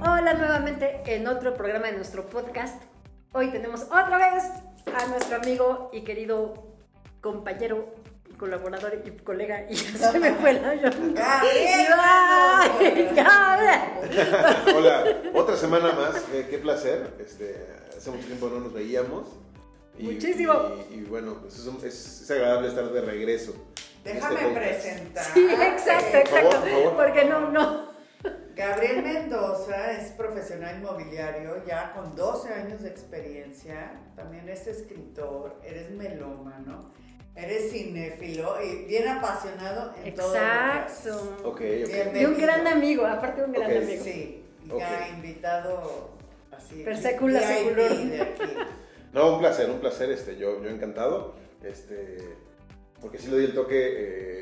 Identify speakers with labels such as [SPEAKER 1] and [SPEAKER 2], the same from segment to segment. [SPEAKER 1] Hola nuevamente en otro programa de nuestro podcast. Hoy tenemos otra vez a nuestro amigo y querido compañero y colaborador y colega y ya se me fue la
[SPEAKER 2] Gabriel.
[SPEAKER 1] Gabriel.
[SPEAKER 2] Hola, otra semana más, eh, qué placer. Este, hace mucho tiempo no nos veíamos.
[SPEAKER 1] Muchísimo.
[SPEAKER 2] Y, y bueno, pues es, un- es- es agradable estar de regreso. en
[SPEAKER 3] Déjame
[SPEAKER 2] este podcast.
[SPEAKER 3] presentar.
[SPEAKER 1] Sí, exacto,
[SPEAKER 2] Por favor, por
[SPEAKER 1] exacto.
[SPEAKER 2] favor.
[SPEAKER 1] Porque no, no.
[SPEAKER 3] Gabriel Mendoza es profesional inmobiliario, ya con 12 años de experiencia. También es escritor, eres melómano, eres cinéfilo y bien apasionado en todo lo que haces.
[SPEAKER 1] Exacto.
[SPEAKER 2] Ok, ok.
[SPEAKER 1] Y un gran amigo, aparte un gran
[SPEAKER 2] Ok,
[SPEAKER 1] amigo.
[SPEAKER 3] Sí, y
[SPEAKER 2] Ok.
[SPEAKER 3] ya invitado así.
[SPEAKER 1] Per secula
[SPEAKER 3] VIP
[SPEAKER 1] seculorum.
[SPEAKER 3] de aquí.
[SPEAKER 2] No, un placer, un placer. Este, yo, yo encantado. Este, porque sí le di el toque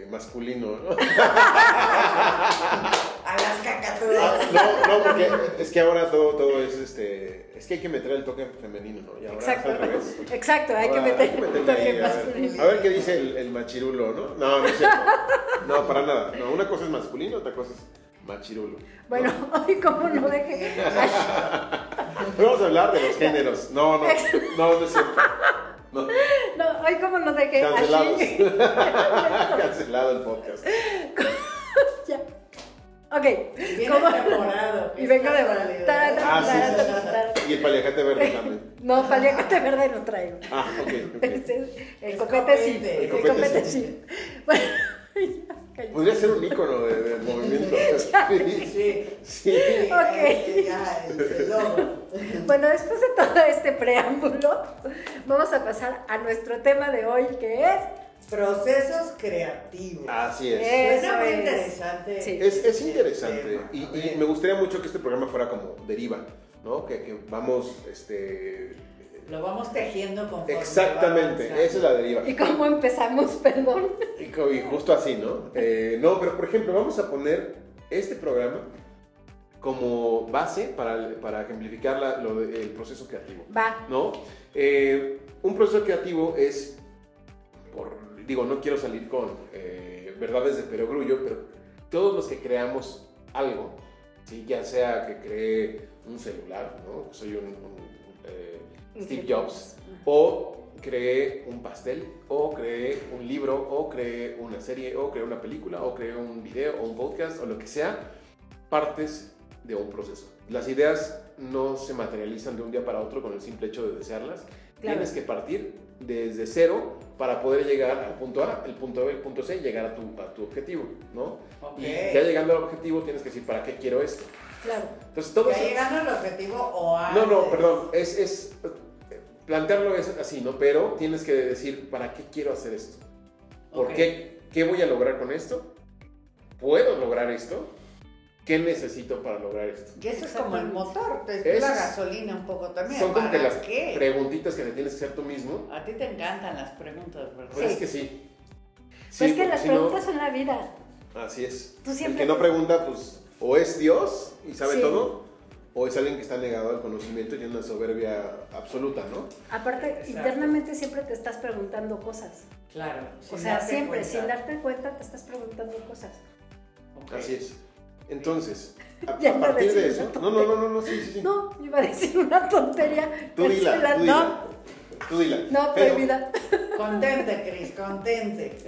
[SPEAKER 2] eh, masculino, ¿no?
[SPEAKER 3] A las
[SPEAKER 2] Ah,
[SPEAKER 3] cacaturas.
[SPEAKER 2] no, no, porque es que ahora todo, todo es este. Es que hay que meter el toque femenino, ¿no? Y ahora
[SPEAKER 1] Exacto.
[SPEAKER 2] es al revés.
[SPEAKER 1] Exacto, hay que
[SPEAKER 2] Ahora,
[SPEAKER 1] meter
[SPEAKER 2] hay que
[SPEAKER 1] un
[SPEAKER 2] meterle ahí,
[SPEAKER 1] toque
[SPEAKER 2] a ver.
[SPEAKER 1] masculino.
[SPEAKER 2] A ver qué dice el, el machirulo, ¿no? No, no es cierto. No, para nada. No, una cosa es masculino, otra cosa es machirulo.
[SPEAKER 1] Bueno, hoy como no deje.
[SPEAKER 2] Hoy vamos a hablar de los géneros. No, no, no, no es cierto. No,
[SPEAKER 1] No, hoy como no deje.
[SPEAKER 2] cancelados.
[SPEAKER 1] Así.
[SPEAKER 2] Cancelado el podcast.
[SPEAKER 1] Ya. Ok.
[SPEAKER 3] Y bien
[SPEAKER 1] ¿Cómo?
[SPEAKER 3] enamorado.
[SPEAKER 1] Y vengo de Tara,
[SPEAKER 3] Estás salido, ¿eh?
[SPEAKER 1] tara,
[SPEAKER 2] Ah, sí,
[SPEAKER 1] tara,
[SPEAKER 2] sí, sí.
[SPEAKER 1] tara, tara.
[SPEAKER 2] Y el paliacate verde también.
[SPEAKER 1] No, paliacate verde no traigo.
[SPEAKER 2] Ah, ok, ok.
[SPEAKER 1] Este, El copete sí.
[SPEAKER 3] Escopete.
[SPEAKER 1] El copete sí. Bueno, ya, cállate.
[SPEAKER 2] Podría ser un ícono de, de movimiento. Sí.
[SPEAKER 3] Sí.
[SPEAKER 2] Sí.
[SPEAKER 3] Sí,
[SPEAKER 1] Ok.
[SPEAKER 3] eh, ya, el lobo.
[SPEAKER 1] Bueno, después de todo este preámbulo, vamos a pasar a nuestro tema de hoy que es.
[SPEAKER 3] Procesos creativos.
[SPEAKER 2] Así es.
[SPEAKER 1] Eso
[SPEAKER 3] Suena muy
[SPEAKER 1] es.
[SPEAKER 3] interesante.
[SPEAKER 1] Sí.
[SPEAKER 2] Ah. Es, es
[SPEAKER 3] Sí,
[SPEAKER 2] interesante
[SPEAKER 3] tema.
[SPEAKER 2] y,
[SPEAKER 3] A ver.
[SPEAKER 2] y me gustaría mucho que este programa fuera como deriva, ¿no? Que, que vamos, este...
[SPEAKER 3] Lo vamos tejiendo conforme
[SPEAKER 2] Exactamente,
[SPEAKER 3] va avanzando.
[SPEAKER 2] esa es la deriva.
[SPEAKER 1] ¿Y cómo empezamos? Perdón.
[SPEAKER 2] Y, co- y justo así, ¿no? Eh, no, pero por ejemplo, vamos a poner este programa como base para, el- para ejemplificar la- lo de- el proceso creativo.
[SPEAKER 1] Va.
[SPEAKER 2] ¿no? Eh, un proceso creativo es, por- digo, no quiero salir con eh, verdades de perogrullo, pero todos los que creamos algo, ¿sí? ya sea que cree un celular, ¿no? Soy un, un, eh, Steve Jobs, o cree un pastel, o cree un libro, o cree una serie, o cree una película, o cree un video, o un podcast, o lo que sea, partes de un proceso. Las ideas no se materializan de un día para otro con el simple hecho de desearlas.
[SPEAKER 1] Claro.
[SPEAKER 2] Tienes que partir desde cero para poder llegar al punto A, el punto B, el punto C y llegar a tu, a tu objetivo, ¿no?
[SPEAKER 3] Ok.
[SPEAKER 2] Y ya llegando al objetivo tienes que decir, ¿para qué quiero esto?
[SPEAKER 1] Claro.
[SPEAKER 2] Entonces todo
[SPEAKER 3] Ya
[SPEAKER 2] eso-
[SPEAKER 3] llegando al objetivo o
[SPEAKER 2] no,
[SPEAKER 3] antes.
[SPEAKER 2] no, perdón. Es, es- plantearlo es así, ¿no? Pero tienes que decir, ¿para qué quiero hacer esto? ¿Por
[SPEAKER 3] Ok.
[SPEAKER 2] qué? ¿Qué voy a lograr con esto? ¿Puedo lograr esto? ¿Qué necesito para lograr esto?
[SPEAKER 3] Y eso es como el motor, es
[SPEAKER 2] Eso
[SPEAKER 3] la
[SPEAKER 2] es-
[SPEAKER 3] gasolina un poco también.
[SPEAKER 2] Son como que
[SPEAKER 3] ¿Para
[SPEAKER 2] las
[SPEAKER 3] qué?
[SPEAKER 2] preguntitas que te tienes que hacer tú mismo.
[SPEAKER 3] A ti te encantan las preguntas, ¿verdad?
[SPEAKER 2] Pues
[SPEAKER 1] Sí.
[SPEAKER 2] es que sí. Sí,
[SPEAKER 1] Pues es que
[SPEAKER 2] porque
[SPEAKER 1] las
[SPEAKER 2] si no-
[SPEAKER 1] preguntas son la vida.
[SPEAKER 2] así es.
[SPEAKER 1] Tú siempre-
[SPEAKER 2] El que no pregunta, pues, o es Dios y sabe
[SPEAKER 1] Sí.
[SPEAKER 2] todo, o es alguien que está negado al conocimiento y tiene una soberbia absoluta, ¿no?
[SPEAKER 1] Aparte,
[SPEAKER 3] Exacto.
[SPEAKER 1] internamente siempre te estás preguntando cosas.
[SPEAKER 3] Claro.
[SPEAKER 1] O
[SPEAKER 3] sin
[SPEAKER 1] sea,
[SPEAKER 3] darte
[SPEAKER 1] siempre,
[SPEAKER 3] cuenta.
[SPEAKER 1] sin darte cuenta, te estás preguntando cosas.
[SPEAKER 3] Ok.
[SPEAKER 2] Así es. Entonces, a,
[SPEAKER 1] Ya
[SPEAKER 2] a
[SPEAKER 1] iba a
[SPEAKER 2] partir
[SPEAKER 1] decir
[SPEAKER 2] de eso.
[SPEAKER 1] una
[SPEAKER 2] No, no, no, no, no, sí, sí, sí.
[SPEAKER 1] No, iba a decir una tontería.
[SPEAKER 2] tú,
[SPEAKER 1] pero
[SPEAKER 2] dila,
[SPEAKER 1] se la-
[SPEAKER 2] tú dila. Tú dila.
[SPEAKER 1] No, no,
[SPEAKER 2] Pero
[SPEAKER 1] prohibida.
[SPEAKER 3] Contente, Cris, contente.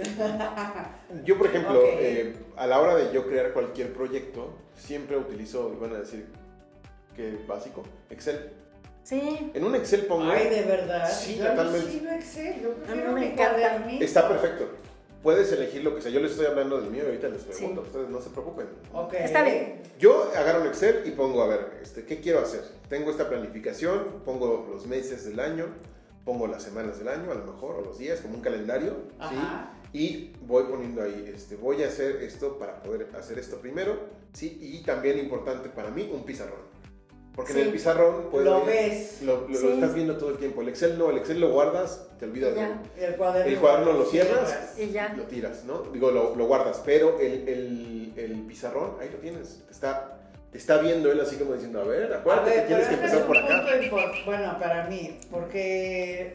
[SPEAKER 2] Yo, por ejemplo,
[SPEAKER 3] Ok.
[SPEAKER 2] eh, a la hora de yo crear cualquier proyecto, siempre utilizo, y van a decir que básico, Excel.
[SPEAKER 1] Sí.
[SPEAKER 2] En un Excel pongo.
[SPEAKER 3] Ay, de verdad.
[SPEAKER 2] Sí,
[SPEAKER 3] yo no
[SPEAKER 2] totalmente.
[SPEAKER 3] sigo Excel, yo prefiero
[SPEAKER 1] me
[SPEAKER 3] mi
[SPEAKER 1] encanta.
[SPEAKER 3] cuadernito.
[SPEAKER 2] Está perfecto. Puedes elegir lo que sea. Yo les estoy hablando del mío y ahorita les pregunto. Ustedes no se preocupen.
[SPEAKER 3] Ok.
[SPEAKER 1] Está bien.
[SPEAKER 2] Yo agarro un Excel y pongo, a ver, este, ¿qué quiero hacer? Tengo esta planificación, pongo los meses del año, pongo las semanas del año, a lo mejor, o los días, como un calendario, ¿sí?
[SPEAKER 3] Ajá.
[SPEAKER 2] Y voy poniendo ahí, este, voy a hacer esto para poder hacer esto primero, ¿sí? Y también importante para mí, un pizarrón. Porque en
[SPEAKER 1] Sí.
[SPEAKER 2] el pizarrón puedo
[SPEAKER 3] Lo
[SPEAKER 2] ir-
[SPEAKER 3] ves.
[SPEAKER 2] Lo, lo- lo
[SPEAKER 1] Sí.
[SPEAKER 2] estás viendo todo el tiempo. El Excel no, el Excel lo guardas, te olvidas de
[SPEAKER 1] Ya.
[SPEAKER 2] él.
[SPEAKER 3] El cuaderno.
[SPEAKER 2] El cuaderno lo cierras.
[SPEAKER 1] Y ya.
[SPEAKER 2] Lo tiras, ¿no? Digo, lo, lo guardas, pero el, el- el pizarrón, ahí lo tienes. Te está, te está viendo él así como diciendo, a ver, acuérdate
[SPEAKER 3] A ver,
[SPEAKER 2] que tienes que
[SPEAKER 3] pero
[SPEAKER 2] empezar por
[SPEAKER 3] ese es un
[SPEAKER 2] acá.
[SPEAKER 3] punto impor- Bueno, para mí, porque,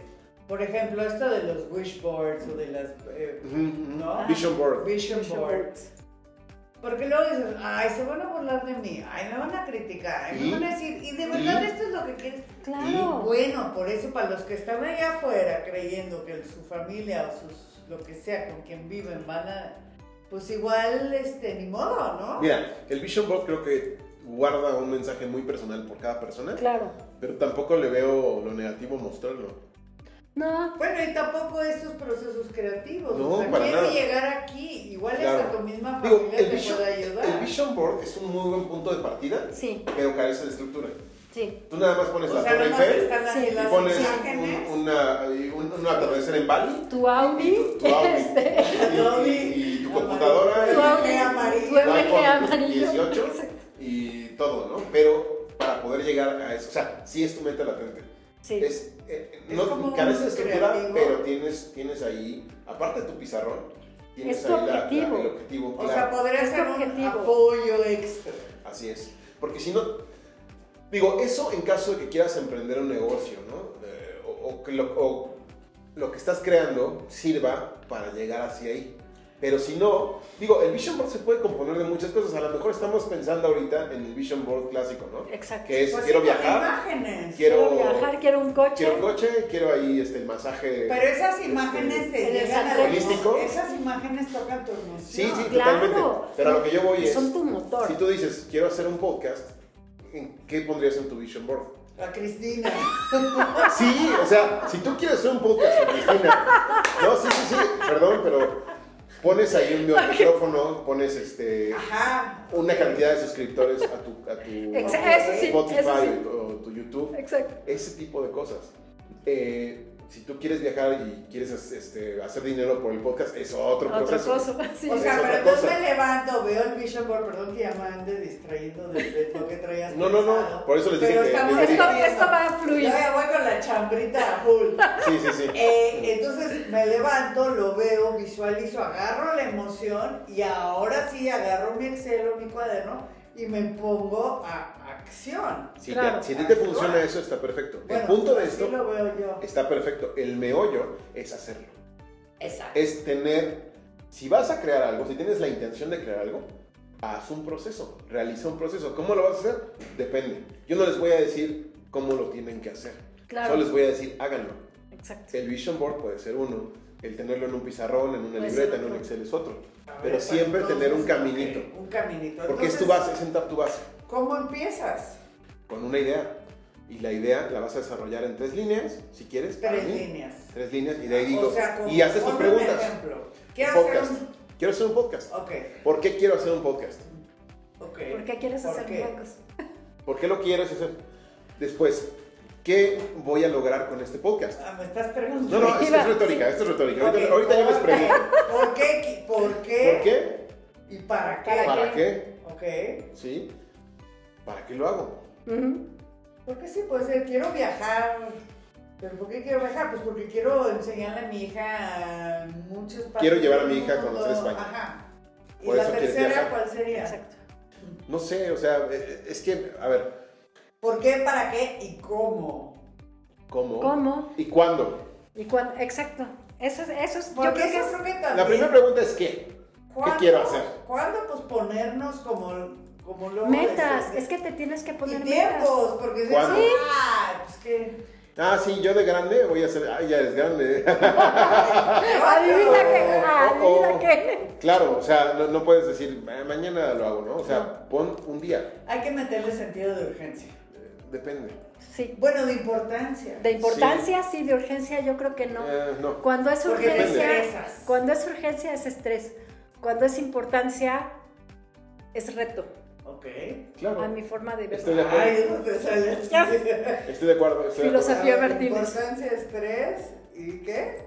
[SPEAKER 3] por ejemplo, esto de los wish boards o de las eh,
[SPEAKER 2] Ujú, ujú.
[SPEAKER 3] ¿No?
[SPEAKER 2] Vision board.
[SPEAKER 3] vision boards. Porque luego dices, ay, se van a burlar de mí, ay, me van a criticar, ay,
[SPEAKER 2] ¿Y?
[SPEAKER 3] me van a decir, y de verdad
[SPEAKER 2] ¿Y?
[SPEAKER 3] esto es lo que quieres.
[SPEAKER 1] Claro.
[SPEAKER 3] Bueno, por eso para los que están allá afuera creyendo que su familia o sus, lo que sea con quien viven van a, pues igual, este, ni modo, ¿no?
[SPEAKER 2] Mira, el vision board creo que guarda un mensaje muy personal por cada persona,
[SPEAKER 1] Claro.
[SPEAKER 2] pero tampoco le veo lo negativo mostrarlo.
[SPEAKER 1] No.
[SPEAKER 3] Bueno, y tampoco estos procesos creativos.
[SPEAKER 2] No,
[SPEAKER 3] o sea,
[SPEAKER 2] para
[SPEAKER 3] quiero
[SPEAKER 2] nada.
[SPEAKER 3] llegar aquí, igual
[SPEAKER 2] Claro.
[SPEAKER 3] hasta tu misma familia
[SPEAKER 2] Digo, el
[SPEAKER 3] Ah, te
[SPEAKER 2] vision,
[SPEAKER 3] puede ayudar.
[SPEAKER 2] el vision board es un muy buen punto de partida,
[SPEAKER 1] Sí,
[SPEAKER 2] pero carece de estructura.
[SPEAKER 1] sí.
[SPEAKER 2] Tú nada más pones
[SPEAKER 3] o
[SPEAKER 2] la
[SPEAKER 3] sea,
[SPEAKER 2] Torre
[SPEAKER 3] nomás
[SPEAKER 2] Eiffel
[SPEAKER 3] están
[SPEAKER 1] Sí.
[SPEAKER 3] así
[SPEAKER 1] Y
[SPEAKER 2] y
[SPEAKER 3] las
[SPEAKER 2] pones
[SPEAKER 3] imágenes.
[SPEAKER 2] un, una, un, un atardecer en Bali
[SPEAKER 1] Tu Audi.
[SPEAKER 2] Tu Audi.
[SPEAKER 1] Este,
[SPEAKER 2] y-
[SPEAKER 3] Adobe.
[SPEAKER 2] y tu
[SPEAKER 3] Amarillo.
[SPEAKER 2] computadora,
[SPEAKER 1] tu
[SPEAKER 2] el-
[SPEAKER 1] Audi.
[SPEAKER 3] Era amarillo.
[SPEAKER 1] Tu
[SPEAKER 2] tu
[SPEAKER 1] MG
[SPEAKER 2] iPhone
[SPEAKER 1] amarillo.
[SPEAKER 2] 18 y todo, ¿no? Pero para poder llegar a eso, o sea, sí es tu meta latente.
[SPEAKER 1] Sí.
[SPEAKER 2] Es, eh,
[SPEAKER 3] Es como
[SPEAKER 2] no
[SPEAKER 3] un
[SPEAKER 2] carece de estructura,
[SPEAKER 3] creativo.
[SPEAKER 2] pero tienes, tienes ahí, aparte de tu pizarrón, tienes
[SPEAKER 1] Es tu
[SPEAKER 2] ahí la- la-
[SPEAKER 1] objetivo.
[SPEAKER 2] el objetivo.
[SPEAKER 3] O
[SPEAKER 2] claro.
[SPEAKER 3] sea, podría
[SPEAKER 1] Es
[SPEAKER 3] ser
[SPEAKER 1] tu
[SPEAKER 3] un
[SPEAKER 1] objetivo.
[SPEAKER 3] apoyo extra.
[SPEAKER 2] Así es. Porque si no, digo, eso en caso de que quieras emprender un negocio, ¿no? Eh, o, o que lo, o lo que estás creando sirva para llegar hacia ahí. Pero si no, digo, el vision board se puede componer de muchas cosas. A lo mejor estamos pensando ahorita en el vision board clásico, ¿no?
[SPEAKER 1] Exacto.
[SPEAKER 2] Que es,
[SPEAKER 3] Pues
[SPEAKER 2] quiero
[SPEAKER 3] sí, con
[SPEAKER 2] viajar,
[SPEAKER 3] imágenes.
[SPEAKER 2] quiero,
[SPEAKER 1] Quiero viajar, quiero un coche.
[SPEAKER 2] quiero coche, quiero ahí este, el masaje.
[SPEAKER 3] Pero esas imágenes
[SPEAKER 1] En
[SPEAKER 3] te
[SPEAKER 1] el
[SPEAKER 3] llegan a
[SPEAKER 1] sartén.
[SPEAKER 2] Holístico.
[SPEAKER 3] Esas imágenes tocan tu emoción.
[SPEAKER 2] sí, sí,
[SPEAKER 1] claro.
[SPEAKER 2] totalmente. Pero a lo que yo voy
[SPEAKER 1] Que
[SPEAKER 2] es,
[SPEAKER 1] Son tu motor.
[SPEAKER 2] si tú dices, quiero hacer un podcast, ¿en ¿qué pondrías en tu vision board?
[SPEAKER 3] A Cristina.
[SPEAKER 2] Sí, o sea, si tú quieres hacer un podcast, Cristina. No, sí, sí, sí, perdón, pero pones ahí un micrófono, pones este
[SPEAKER 3] Ajá.
[SPEAKER 2] una cantidad de suscriptores a tu, a tu
[SPEAKER 1] Exa-
[SPEAKER 3] eso sí,
[SPEAKER 2] Spotify
[SPEAKER 1] eso sí.
[SPEAKER 2] o tu YouTube,
[SPEAKER 1] Exacto.
[SPEAKER 2] ese tipo de cosas. Eh, si tú quieres viajar y quieres este, hacer dinero por el podcast, es otro
[SPEAKER 1] Otra
[SPEAKER 2] proceso.
[SPEAKER 1] cosa. Sí.
[SPEAKER 3] O
[SPEAKER 2] Es
[SPEAKER 3] sea,
[SPEAKER 2] otra
[SPEAKER 3] pero entonces
[SPEAKER 2] cosa.
[SPEAKER 3] me levanto, veo el vision board, perdón que ya me ande distraído de, de lo que traías.
[SPEAKER 2] No, no, no,
[SPEAKER 3] pensado.
[SPEAKER 2] por eso les dije
[SPEAKER 3] Pero
[SPEAKER 2] que-
[SPEAKER 3] estamos
[SPEAKER 2] les dije-
[SPEAKER 1] Esto- esto va a fluir.
[SPEAKER 3] Yo ya voy con la chambrita a full.
[SPEAKER 2] Sí, sí, sí.
[SPEAKER 3] Eh, entonces me levanto, lo veo, visualizo, agarro la emoción y ahora sí agarro mi Excel o mi cuaderno y me pongo a acción.
[SPEAKER 2] Si,
[SPEAKER 1] Claro.
[SPEAKER 2] te- si a ti te funciona eso, está perfecto.
[SPEAKER 3] Bueno,
[SPEAKER 2] el punto de
[SPEAKER 3] así
[SPEAKER 2] esto
[SPEAKER 3] lo veo yo.
[SPEAKER 2] está perfecto. El meollo es hacerlo.
[SPEAKER 1] Exacto.
[SPEAKER 2] es tener, si vas a crear algo, si tienes la intención de crear algo, haz un proceso, realiza un proceso. ¿Cómo lo vas a hacer? Depende. Yo no les voy a decir cómo lo tienen que hacer.
[SPEAKER 1] Claro.
[SPEAKER 2] Solo les voy a decir, háganlo.
[SPEAKER 1] Exacto.
[SPEAKER 2] El vision board puede ser uno, el tenerlo en un pizarrón, en una
[SPEAKER 1] Puede ser
[SPEAKER 2] libreta, en un
[SPEAKER 1] otro.
[SPEAKER 2] Excel es otro.
[SPEAKER 3] A
[SPEAKER 2] Pero
[SPEAKER 3] ver,
[SPEAKER 2] siempre
[SPEAKER 3] entonces,
[SPEAKER 2] tener un
[SPEAKER 3] ok,
[SPEAKER 2] caminito.
[SPEAKER 3] un caminito.
[SPEAKER 2] Porque es tu
[SPEAKER 3] Entonces,
[SPEAKER 2] base, es sentar tu base
[SPEAKER 3] ¿Cómo empiezas?
[SPEAKER 2] con una idea. Y la idea la vas a desarrollar en tres líneas, si quieres. para
[SPEAKER 3] Tres
[SPEAKER 2] mí.
[SPEAKER 3] líneas.
[SPEAKER 2] Tres líneas. Y de ahí digo,
[SPEAKER 3] o sea,
[SPEAKER 2] y haces tus
[SPEAKER 3] ponme un
[SPEAKER 2] preguntas.
[SPEAKER 3] Ejemplo. Quiero
[SPEAKER 2] Podcast.
[SPEAKER 3] hacer
[SPEAKER 2] Quiero hacer un podcast.
[SPEAKER 3] un... Ok,
[SPEAKER 2] ¿Por qué quiero hacer un podcast?
[SPEAKER 3] ok.
[SPEAKER 1] ¿Por qué quieres
[SPEAKER 3] ¿Por
[SPEAKER 1] hacer
[SPEAKER 3] qué?
[SPEAKER 1] huecos?
[SPEAKER 2] ¿Por qué lo quieres hacer? Después, ¿qué voy a lograr con este podcast?
[SPEAKER 3] Ah, me estás preguntando.
[SPEAKER 2] No, no, es,
[SPEAKER 1] Iba,
[SPEAKER 2] es retórica, esto es retórica. Ahorita,
[SPEAKER 3] Ok,
[SPEAKER 2] ahorita yo les
[SPEAKER 3] ¿por
[SPEAKER 2] pregunto.
[SPEAKER 3] qué? ¿Por qué? ¿Por qué?
[SPEAKER 2] ¿Por qué?
[SPEAKER 3] ¿Y para qué?
[SPEAKER 1] Para
[SPEAKER 2] ¿Para qué?
[SPEAKER 3] Ok.
[SPEAKER 2] ¿Sí? ¿Para qué lo hago?
[SPEAKER 1] Ujú.
[SPEAKER 3] Porque sí, puede ser, quiero viajar. ¿Pero por qué quiero viajar? Pues porque quiero enseñarle a mi hija muchos países.
[SPEAKER 2] Quiero llevar a mi
[SPEAKER 3] del
[SPEAKER 2] hija a conocer
[SPEAKER 3] mundo.
[SPEAKER 2] España.
[SPEAKER 3] Ajá. ¿Y
[SPEAKER 2] Por
[SPEAKER 3] la
[SPEAKER 2] eso quieres
[SPEAKER 3] tercera
[SPEAKER 2] viajar.
[SPEAKER 3] cuál sería?
[SPEAKER 1] Exacto.
[SPEAKER 2] No sé, o sea, eh, es que, a ver,
[SPEAKER 3] ¿Por qué, para qué y cómo?
[SPEAKER 2] ¿cómo?
[SPEAKER 1] ¿Cómo?
[SPEAKER 2] ¿Y cuándo?
[SPEAKER 1] ¿Y cuándo? Exacto. Eso es, eso es, yo
[SPEAKER 3] Porque
[SPEAKER 1] creo que
[SPEAKER 3] eso
[SPEAKER 1] es
[SPEAKER 3] creo que también.
[SPEAKER 2] La primera pregunta es ¿qué?
[SPEAKER 3] ¿cuándo-
[SPEAKER 2] quiero hacer?
[SPEAKER 3] ¿Cuándo pues ponernos como, como logros?
[SPEAKER 1] metas. Es que te tienes que poner
[SPEAKER 3] y
[SPEAKER 1] metas.
[SPEAKER 3] tiempos, porque es
[SPEAKER 2] ¿Cuándo?
[SPEAKER 3] ah, pues que.
[SPEAKER 2] Ah, sí, yo de grande voy a hacer... Ah, ya eres grande.
[SPEAKER 1] Adivina
[SPEAKER 2] Oh,
[SPEAKER 1] qué, ah,
[SPEAKER 2] O-
[SPEAKER 1] adivina
[SPEAKER 2] o-
[SPEAKER 1] qué.
[SPEAKER 2] claro, o sea, no, no puedes decir, "Ma- mañana lo hago, ¿no? O sea, pon un día.
[SPEAKER 3] Hay que meterle sentido de urgencia.
[SPEAKER 2] Eh, Depende.
[SPEAKER 1] Sí.
[SPEAKER 3] Bueno, de importancia.
[SPEAKER 1] De importancia, sí. de urgencia, yo creo que no.
[SPEAKER 2] Eh, no.
[SPEAKER 1] Cuando es
[SPEAKER 3] Porque te
[SPEAKER 1] urgencia,
[SPEAKER 3] estresas.
[SPEAKER 1] cuando es urgencia es estrés. Cuando es importancia es reto.
[SPEAKER 3] Ok.
[SPEAKER 2] Claro.
[SPEAKER 1] a mi forma de ver.
[SPEAKER 2] Estoy de acuerdo.
[SPEAKER 3] Ay, ¿dónde te sale?
[SPEAKER 1] Ya
[SPEAKER 2] Estoy de acuerdo. Estoy de acuerdo.
[SPEAKER 1] Filosofía
[SPEAKER 3] A ver,
[SPEAKER 1] Martínez.
[SPEAKER 3] Importancia, estrés y qué?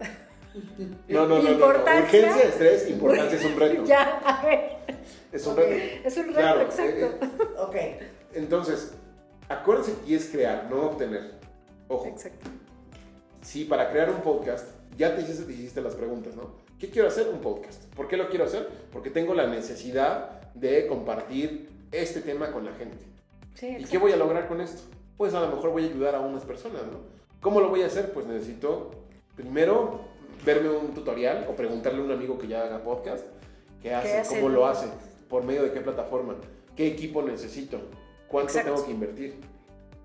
[SPEAKER 2] No, no, no, no, no.
[SPEAKER 1] Importancia.
[SPEAKER 2] Urgencia, estrés, importancia es un reto.
[SPEAKER 1] Ya, a ver,
[SPEAKER 2] Es un
[SPEAKER 3] Ok.
[SPEAKER 2] reto.
[SPEAKER 1] es un reto,
[SPEAKER 2] Claro, eh,
[SPEAKER 1] exacto.
[SPEAKER 3] Ok.
[SPEAKER 2] Entonces, acuérdense que es crear, no obtener. Ojo,
[SPEAKER 1] Exacto.
[SPEAKER 2] si para crear un podcast ya te hiciste, te hiciste las preguntas, ¿no? ¿Qué quiero hacer? Un podcast. ¿Por qué lo quiero hacer? Porque tengo la necesidad de compartir este tema con la gente.
[SPEAKER 1] Sí,
[SPEAKER 2] ¿Y
[SPEAKER 1] exacto.
[SPEAKER 2] qué voy a lograr con esto? Pues a lo mejor voy a ayudar a unas personas, ¿no? ¿Cómo lo voy a hacer? Pues necesito primero verme un tutorial o preguntarle a un amigo que ya haga podcast, ¿qué hace?
[SPEAKER 1] hace?
[SPEAKER 2] ¿Cómo lo hace? ¿Por medio de qué plataforma? ¿Qué equipo necesito? ¿Cuánto
[SPEAKER 1] Exacto.
[SPEAKER 2] tengo que invertir?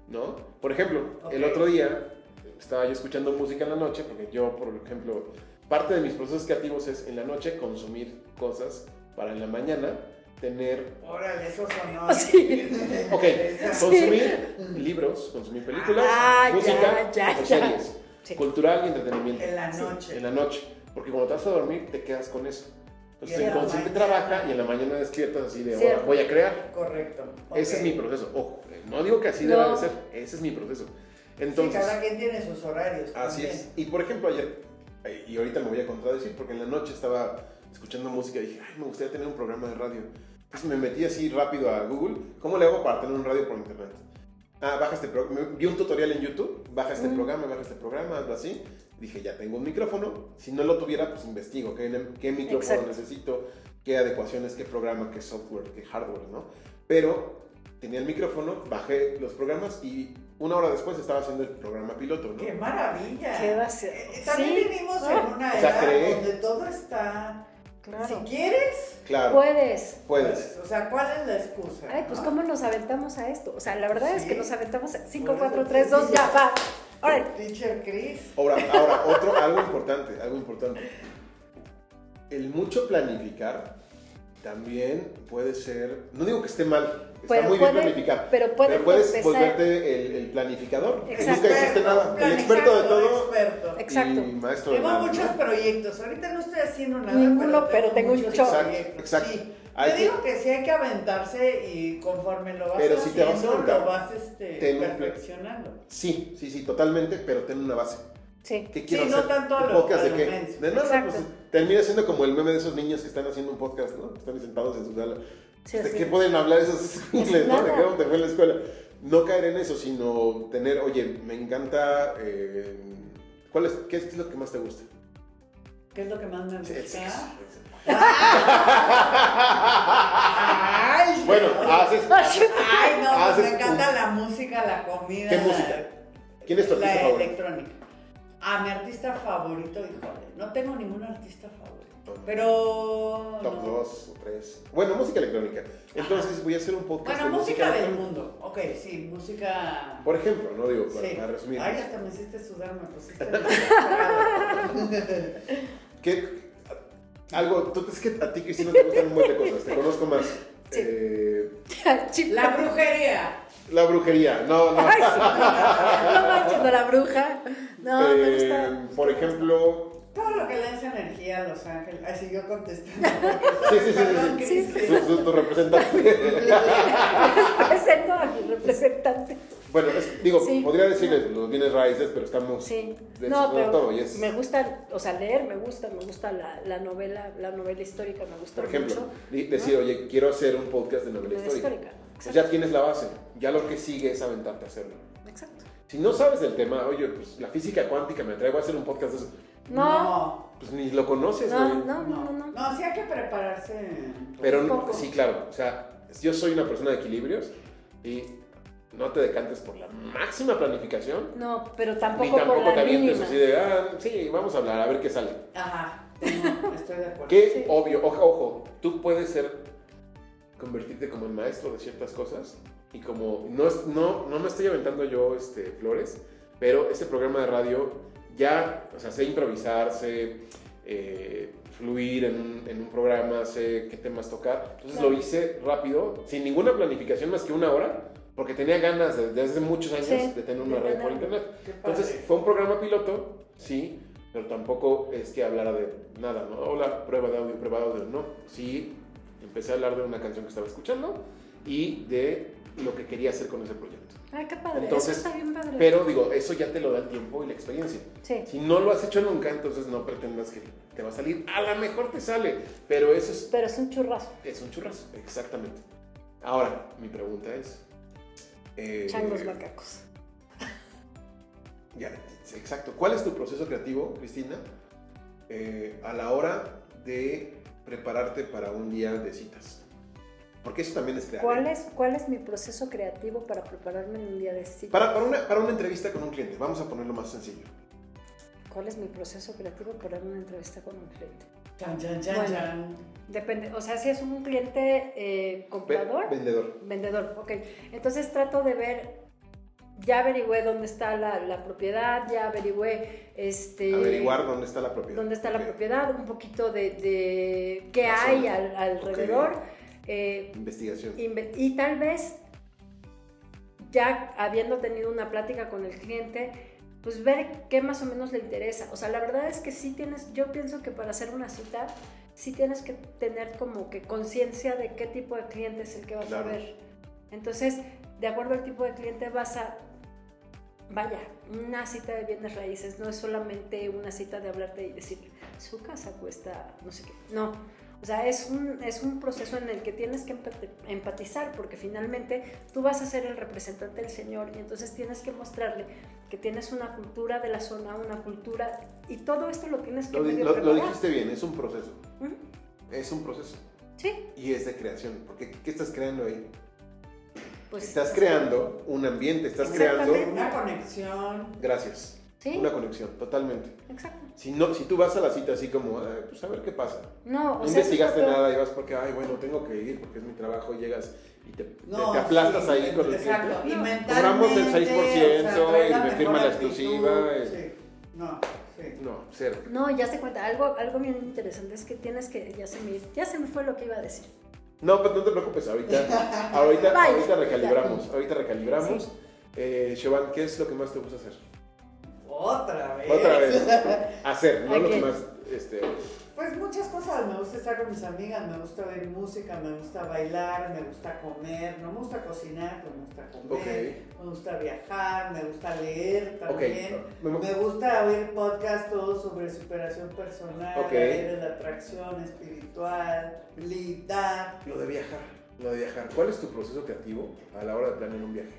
[SPEAKER 2] ¿No? Por ejemplo, el
[SPEAKER 3] Ok.
[SPEAKER 2] otro día estaba yo escuchando música en la noche, porque yo, por ejemplo, parte de mis procesos creativos es en la noche consumir cosas para en la mañana tener
[SPEAKER 3] Órale, eso sonó.
[SPEAKER 1] Ah, Sí.
[SPEAKER 2] Ok,
[SPEAKER 3] Esa-
[SPEAKER 2] consumir libros, consumir películas,
[SPEAKER 1] Ah,
[SPEAKER 2] música,
[SPEAKER 1] ya, ya,
[SPEAKER 2] o
[SPEAKER 1] ya.
[SPEAKER 2] series,
[SPEAKER 1] Sí.
[SPEAKER 2] cultural y entretenimiento.
[SPEAKER 3] En la
[SPEAKER 2] Sí,
[SPEAKER 3] noche.
[SPEAKER 2] en la noche. Porque cuando te vas a dormir te quedas con eso. Entonces
[SPEAKER 3] Y
[SPEAKER 2] tu
[SPEAKER 3] en la
[SPEAKER 2] inconsciente
[SPEAKER 3] mañana.
[SPEAKER 2] trabaja y en la mañana despiertas así de,
[SPEAKER 1] Cierto.
[SPEAKER 2] "Ahora voy a crear.
[SPEAKER 3] Correcto.
[SPEAKER 2] Ese es mi
[SPEAKER 3] Ok.
[SPEAKER 2] proceso. Ojo, eh, no digo que así
[SPEAKER 1] No.
[SPEAKER 2] debe de ser. Ese es mi proceso. Entonces,
[SPEAKER 3] sí, cada quien tiene sus horarios.
[SPEAKER 2] así
[SPEAKER 3] también.
[SPEAKER 2] es. Y por ejemplo, ayer, eh, y ahorita me voy a contradecir, porque en la noche estaba escuchando música y dije, ay, me gustaría tener un programa de radio. Pues me metí así rápido a Google, ¿cómo le hago para tener un radio por internet? Ah, baja este programa, vi un tutorial en YouTube, baja este programa, baja este programa, algo así. Dije, ya tengo un micrófono, si no lo tuviera, pues investigo qué, qué micrófono
[SPEAKER 1] Exacto.
[SPEAKER 2] necesito, qué adecuaciones, qué programa, qué software, qué hardware, ¿no? Pero tenía el micrófono, bajé los programas y una hora después estaba haciendo el programa piloto, ¿no?
[SPEAKER 3] ¡Qué maravilla!
[SPEAKER 1] ¿Qué va a ser?
[SPEAKER 3] Eh, eh, También
[SPEAKER 1] Sí.
[SPEAKER 3] vivimos
[SPEAKER 1] Ah.
[SPEAKER 3] en una
[SPEAKER 2] O
[SPEAKER 3] edad
[SPEAKER 2] sea, creé.
[SPEAKER 3] donde todo está.
[SPEAKER 1] Claro.
[SPEAKER 3] Si quieres, pues,
[SPEAKER 2] Claro,
[SPEAKER 1] Pues, Puedes.
[SPEAKER 2] puedes.
[SPEAKER 3] O sea, ¿cuál es la excusa?
[SPEAKER 1] Ay, pues
[SPEAKER 3] no?
[SPEAKER 1] cómo nos aventamos a esto. O sea, la verdad es que
[SPEAKER 3] Ah. Sí.
[SPEAKER 1] nos aventamos a 5,
[SPEAKER 3] Por eso
[SPEAKER 1] 4,
[SPEAKER 3] te
[SPEAKER 1] 3, 2,
[SPEAKER 3] digo.
[SPEAKER 1] ya, va. Órale.
[SPEAKER 3] Teacher Chris.
[SPEAKER 2] Ahora, ahora otro, algo importante, algo importante. El mucho planificar también puede ser, no digo que esté mal, está
[SPEAKER 1] Pero
[SPEAKER 2] muy bien
[SPEAKER 1] puede-
[SPEAKER 2] planificar,
[SPEAKER 1] pero puede
[SPEAKER 2] puedes
[SPEAKER 1] empezar-
[SPEAKER 2] volverte el, el planificador, este que
[SPEAKER 1] Exacto.
[SPEAKER 2] nunca hiciste nada, el experto de todo
[SPEAKER 3] Experto.
[SPEAKER 1] Exacto.
[SPEAKER 2] y maestro de
[SPEAKER 3] Tengo
[SPEAKER 2] nada, ¿no?
[SPEAKER 3] muchos proyectos. Ahorita no estoy haciendo nada.
[SPEAKER 1] Ninguno, pero tengo un chorro.
[SPEAKER 2] Exacto, exacto. este
[SPEAKER 3] Sí.
[SPEAKER 2] Hay
[SPEAKER 3] Yo
[SPEAKER 2] que-
[SPEAKER 3] digo que sí hay que aventarse y conforme lo vas
[SPEAKER 2] Pero si te
[SPEAKER 3] haciendo,
[SPEAKER 2] vas a aventar,
[SPEAKER 3] lo vas este,
[SPEAKER 2] ten un plan.
[SPEAKER 3] perfeccionando.
[SPEAKER 2] Sí, sí, sí, totalmente, pero ten una base.
[SPEAKER 1] Sí.
[SPEAKER 2] ¿Qué quiero
[SPEAKER 3] Sí, no
[SPEAKER 2] hacer?
[SPEAKER 3] tanto a
[SPEAKER 2] ¿Un
[SPEAKER 3] lo-
[SPEAKER 2] podcast
[SPEAKER 3] a
[SPEAKER 2] de
[SPEAKER 3] lo
[SPEAKER 2] qué?
[SPEAKER 3] menso.
[SPEAKER 2] De nada,
[SPEAKER 1] Exacto.
[SPEAKER 2] pues termina siendo como el meme de esos niños que están haciendo un podcast, ¿no? Que Están sentados en su sala.
[SPEAKER 1] Sí,
[SPEAKER 2] ¿De
[SPEAKER 1] sí.
[SPEAKER 2] qué pueden hablar esos ingleses, no? ¿De
[SPEAKER 1] nada.
[SPEAKER 2] qué te fue en la escuela? No caer en eso, sino tener, oye, me encanta. eh, ¿cuál es, ¿Qué es lo que más te gusta?
[SPEAKER 3] ¿Qué es lo que más me
[SPEAKER 2] Sí,
[SPEAKER 3] gusta?
[SPEAKER 2] el sexo.
[SPEAKER 3] Ay,
[SPEAKER 2] Bueno, haces.
[SPEAKER 3] Ay, no, pues
[SPEAKER 2] haces
[SPEAKER 3] me encanta
[SPEAKER 2] un-
[SPEAKER 3] la música, la comida.
[SPEAKER 2] ¿Qué música? ¿Quién es tu
[SPEAKER 3] la
[SPEAKER 2] artista favorito?
[SPEAKER 3] electrónica. Ah, mi artista favorito, híjole. No tengo ningún artista favorito.
[SPEAKER 2] Toma.
[SPEAKER 3] Pero.
[SPEAKER 2] Top
[SPEAKER 3] no.
[SPEAKER 2] 2 o 3. Bueno, música electrónica. Entonces voy a hacer un podcast.
[SPEAKER 3] Bueno,
[SPEAKER 2] de
[SPEAKER 3] música del
[SPEAKER 2] electrónica.
[SPEAKER 3] mundo. Ok, sí, música.
[SPEAKER 2] Por ejemplo, no digo, para,
[SPEAKER 3] sí.
[SPEAKER 2] para resumir.
[SPEAKER 3] Ay, hasta me hiciste sudar, me pusiste. desesperada.
[SPEAKER 2] ¿Qué- Algo, tú es que a ti, Cristina, te gustan un montón de cosas. Te conozco más.
[SPEAKER 1] Sí.
[SPEAKER 2] Eh,
[SPEAKER 3] la
[SPEAKER 1] La
[SPEAKER 3] brujería.
[SPEAKER 2] la brujería. No, no.
[SPEAKER 1] Ay, sí. No manches, no, la bruja. No, me
[SPEAKER 2] Eh,
[SPEAKER 1] gusta.
[SPEAKER 2] Por ejemplo,
[SPEAKER 3] Todo lo que le hace energía a Los Ángeles. Así yo contestando.
[SPEAKER 2] Sí, sí, sí,
[SPEAKER 3] Perdón,
[SPEAKER 2] sí,
[SPEAKER 3] Cris,
[SPEAKER 1] Sí.
[SPEAKER 3] que-
[SPEAKER 2] su, su- tu representante.
[SPEAKER 1] Presento a mi representante.
[SPEAKER 2] bueno, es- digo,
[SPEAKER 1] Sí.
[SPEAKER 2] podría decirles los bienes raíces, pero estamos
[SPEAKER 1] Sí.
[SPEAKER 2] de
[SPEAKER 1] No, pero
[SPEAKER 2] todo. Y es,
[SPEAKER 1] me gusta, o sea, leer me gusta, me gusta la, la novela, la novela histórica me gusta
[SPEAKER 2] por ejemplo,
[SPEAKER 1] mucho.
[SPEAKER 2] di- decir, oye, quiero hacer un podcast de novela
[SPEAKER 1] Novela
[SPEAKER 2] histórica.
[SPEAKER 1] histórica.
[SPEAKER 2] Pues
[SPEAKER 1] Exacto.
[SPEAKER 2] ya tienes la base, ya lo que sigue es aventarte a hacerlo.
[SPEAKER 1] Exacto.
[SPEAKER 2] Si no sabes del tema, oye, pues la física cuántica, me atrevo a hacer un podcast de eso.
[SPEAKER 1] No,
[SPEAKER 2] Pues ni lo conoces,
[SPEAKER 1] No,
[SPEAKER 2] güey.
[SPEAKER 1] no. no.
[SPEAKER 3] No, sí hay que prepararse.
[SPEAKER 2] Pero no-
[SPEAKER 1] Poco.
[SPEAKER 2] sí, claro, o sea, yo soy una persona de equilibrios y no te decantes por la máxima planificación,
[SPEAKER 1] no, pero
[SPEAKER 2] ni
[SPEAKER 1] tampoco,
[SPEAKER 2] tampoco
[SPEAKER 1] por
[SPEAKER 2] te
[SPEAKER 1] la
[SPEAKER 2] avientes
[SPEAKER 1] mínima.
[SPEAKER 2] así de, ah, sí, vamos a hablar, a ver qué sale.
[SPEAKER 3] Ajá. No, estoy de acuerdo.
[SPEAKER 2] Que
[SPEAKER 1] Sí.
[SPEAKER 2] obvio, ojo, ojo, tú puedes ser, convertirte como en maestro de ciertas cosas y como, no, es- no, no me estoy aventando yo este, flores, pero este programa de radio ya, o sea, sé improvisar, sé eh, fluir en un, en un programa, sé qué temas tocar, entonces
[SPEAKER 1] Claro.
[SPEAKER 2] lo hice rápido, sin ninguna planificación más que una hora, porque tenía ganas de- desde hace muchos años
[SPEAKER 1] Sí,
[SPEAKER 2] de
[SPEAKER 1] de
[SPEAKER 2] tener una radio por
[SPEAKER 1] ganar.
[SPEAKER 2] internet.
[SPEAKER 3] Qué padre.
[SPEAKER 2] Entonces, fue un programa piloto, sí, pero tampoco es que hablara de nada, ¿no? Hola, prueba de audio, prueba de audio, no. Sí, empecé a hablar de una canción que estaba escuchando y de lo que quería hacer con ese proyecto.
[SPEAKER 1] Ah, qué padre.
[SPEAKER 2] Entonces,
[SPEAKER 1] eso está bien padre.
[SPEAKER 2] Pero digo, eso ya te lo da el tiempo y la experiencia.
[SPEAKER 1] sí.
[SPEAKER 2] Si no lo has hecho nunca, entonces no pretendas que te va a salir. A lo mejor te sale, pero eso es,
[SPEAKER 1] Pero es un churrazo.
[SPEAKER 2] es un churrasco, exactamente. Ahora, mi pregunta es... eh,
[SPEAKER 1] Changos macacos.
[SPEAKER 2] Ya, sí, exacto. ¿Cuál es tu proceso creativo, Cristina, eh, a la hora de prepararte para un día de citas? Porque eso también es crear. ¿eh?
[SPEAKER 1] ¿Cuál es, ¿Cuál es mi proceso creativo para prepararme en un día de cita?
[SPEAKER 2] Para, para una, para una entrevista con un cliente, vamos a ponerlo más sencillo.
[SPEAKER 1] ¿Cuál es mi proceso creativo para una entrevista con un cliente?
[SPEAKER 3] Chan, chan, chan,
[SPEAKER 1] Bueno.
[SPEAKER 3] chan.
[SPEAKER 1] Depende, o sea, si es un cliente eh,
[SPEAKER 2] Ve-
[SPEAKER 1] comprador,
[SPEAKER 2] Vendedor.
[SPEAKER 1] vendedor, ok. Entonces trato de ver, ya averigüé dónde está la, la propiedad, ya averigüé este,
[SPEAKER 2] Averiguar dónde está la propiedad.
[SPEAKER 1] dónde está la
[SPEAKER 2] Ok.
[SPEAKER 1] propiedad, un poquito de, de qué
[SPEAKER 2] La
[SPEAKER 1] hay
[SPEAKER 2] zona.
[SPEAKER 1] al- alrededor. eh,
[SPEAKER 2] Investigación.
[SPEAKER 1] Inve- Y tal vez, ya habiendo tenido una plática con el cliente, pues ver qué más o menos le interesa. O sea, la verdad es que sí tienes, yo pienso que para hacer una cita, sí tienes que tener como que conciencia de qué tipo de cliente es el que vas
[SPEAKER 2] Claro.
[SPEAKER 1] a ver. Entonces, de acuerdo al tipo de cliente vas a... Vaya, una cita de bienes raíces no es solamente una cita de hablarte y decir, su casa cuesta no sé qué. No, o sea, es un, es un proceso en el que tienes que empate- empatizar porque finalmente tú vas a ser el representante del Señor y entonces tienes que mostrarle que tienes una cultura de la zona, una cultura y todo esto lo tienes que
[SPEAKER 2] Lo, di-
[SPEAKER 1] medio
[SPEAKER 2] lo- lo
[SPEAKER 1] preparar.
[SPEAKER 2] dijiste bien, es un proceso.
[SPEAKER 1] Ujú.
[SPEAKER 2] Es un proceso.
[SPEAKER 1] Sí,
[SPEAKER 2] Y es de creación. Porque ¿qué estás creando ahí?
[SPEAKER 1] pues
[SPEAKER 2] estás creando un ambiente, estás creando.
[SPEAKER 1] Exactamente.
[SPEAKER 3] Una conexión.
[SPEAKER 2] Gracias.
[SPEAKER 1] Sí,
[SPEAKER 2] Una conexión, totalmente.
[SPEAKER 1] exacto.
[SPEAKER 2] Si, no, si tú vas a la cita así como, "Ah, pues a ver qué pasa.
[SPEAKER 1] No, o
[SPEAKER 2] No
[SPEAKER 1] sea,
[SPEAKER 2] investigaste
[SPEAKER 1] eso es lo-
[SPEAKER 2] nada y vas porque, ay, bueno, tengo que ir porque es mi trabajo, llegas y te,
[SPEAKER 3] No,
[SPEAKER 2] te aplastas
[SPEAKER 3] sí,
[SPEAKER 2] ahí con el
[SPEAKER 3] Exacto.
[SPEAKER 2] cliente.
[SPEAKER 3] Y
[SPEAKER 1] No.
[SPEAKER 3] mentalmente.
[SPEAKER 2] Cobramos el
[SPEAKER 3] o sea,
[SPEAKER 2] 6%
[SPEAKER 3] trae
[SPEAKER 2] y me
[SPEAKER 3] mejor
[SPEAKER 2] firma la
[SPEAKER 3] actitud,
[SPEAKER 2] exclusiva, eh. y-
[SPEAKER 3] Sí. No, sí.
[SPEAKER 2] No, cero.
[SPEAKER 1] No, ya se cuenta, algo, algo bien interesante es que tienes que, ya se me, ya se me fue lo que iba a decir.
[SPEAKER 2] No, pues no te preocupes, ahorita, ahorita,
[SPEAKER 1] Vaya,
[SPEAKER 2] ahorita recalibramos, ahorita recalibramos. Eh, Siobhan, ¿qué es lo que más te gusta hacer?
[SPEAKER 3] Otra vez.
[SPEAKER 2] Otra vez, hacer, no lo que
[SPEAKER 1] Ok.
[SPEAKER 2] más, este,
[SPEAKER 3] Pues muchas cosas, me gusta estar con mis amigas, me gusta ver música, me gusta bailar, me gusta comer, no me gusta cocinar, pero me gusta comer, me gusta viajar, me gusta leer
[SPEAKER 2] ok.
[SPEAKER 3] también.
[SPEAKER 2] Me-
[SPEAKER 3] Me gusta oír podcasts todos sobre superación personal,
[SPEAKER 2] Ok.
[SPEAKER 3] de la atracción espiritualidad.
[SPEAKER 2] Lo de viajar, lo de viajar. ¿Cuál es tu proceso creativo a la hora de planear un viaje?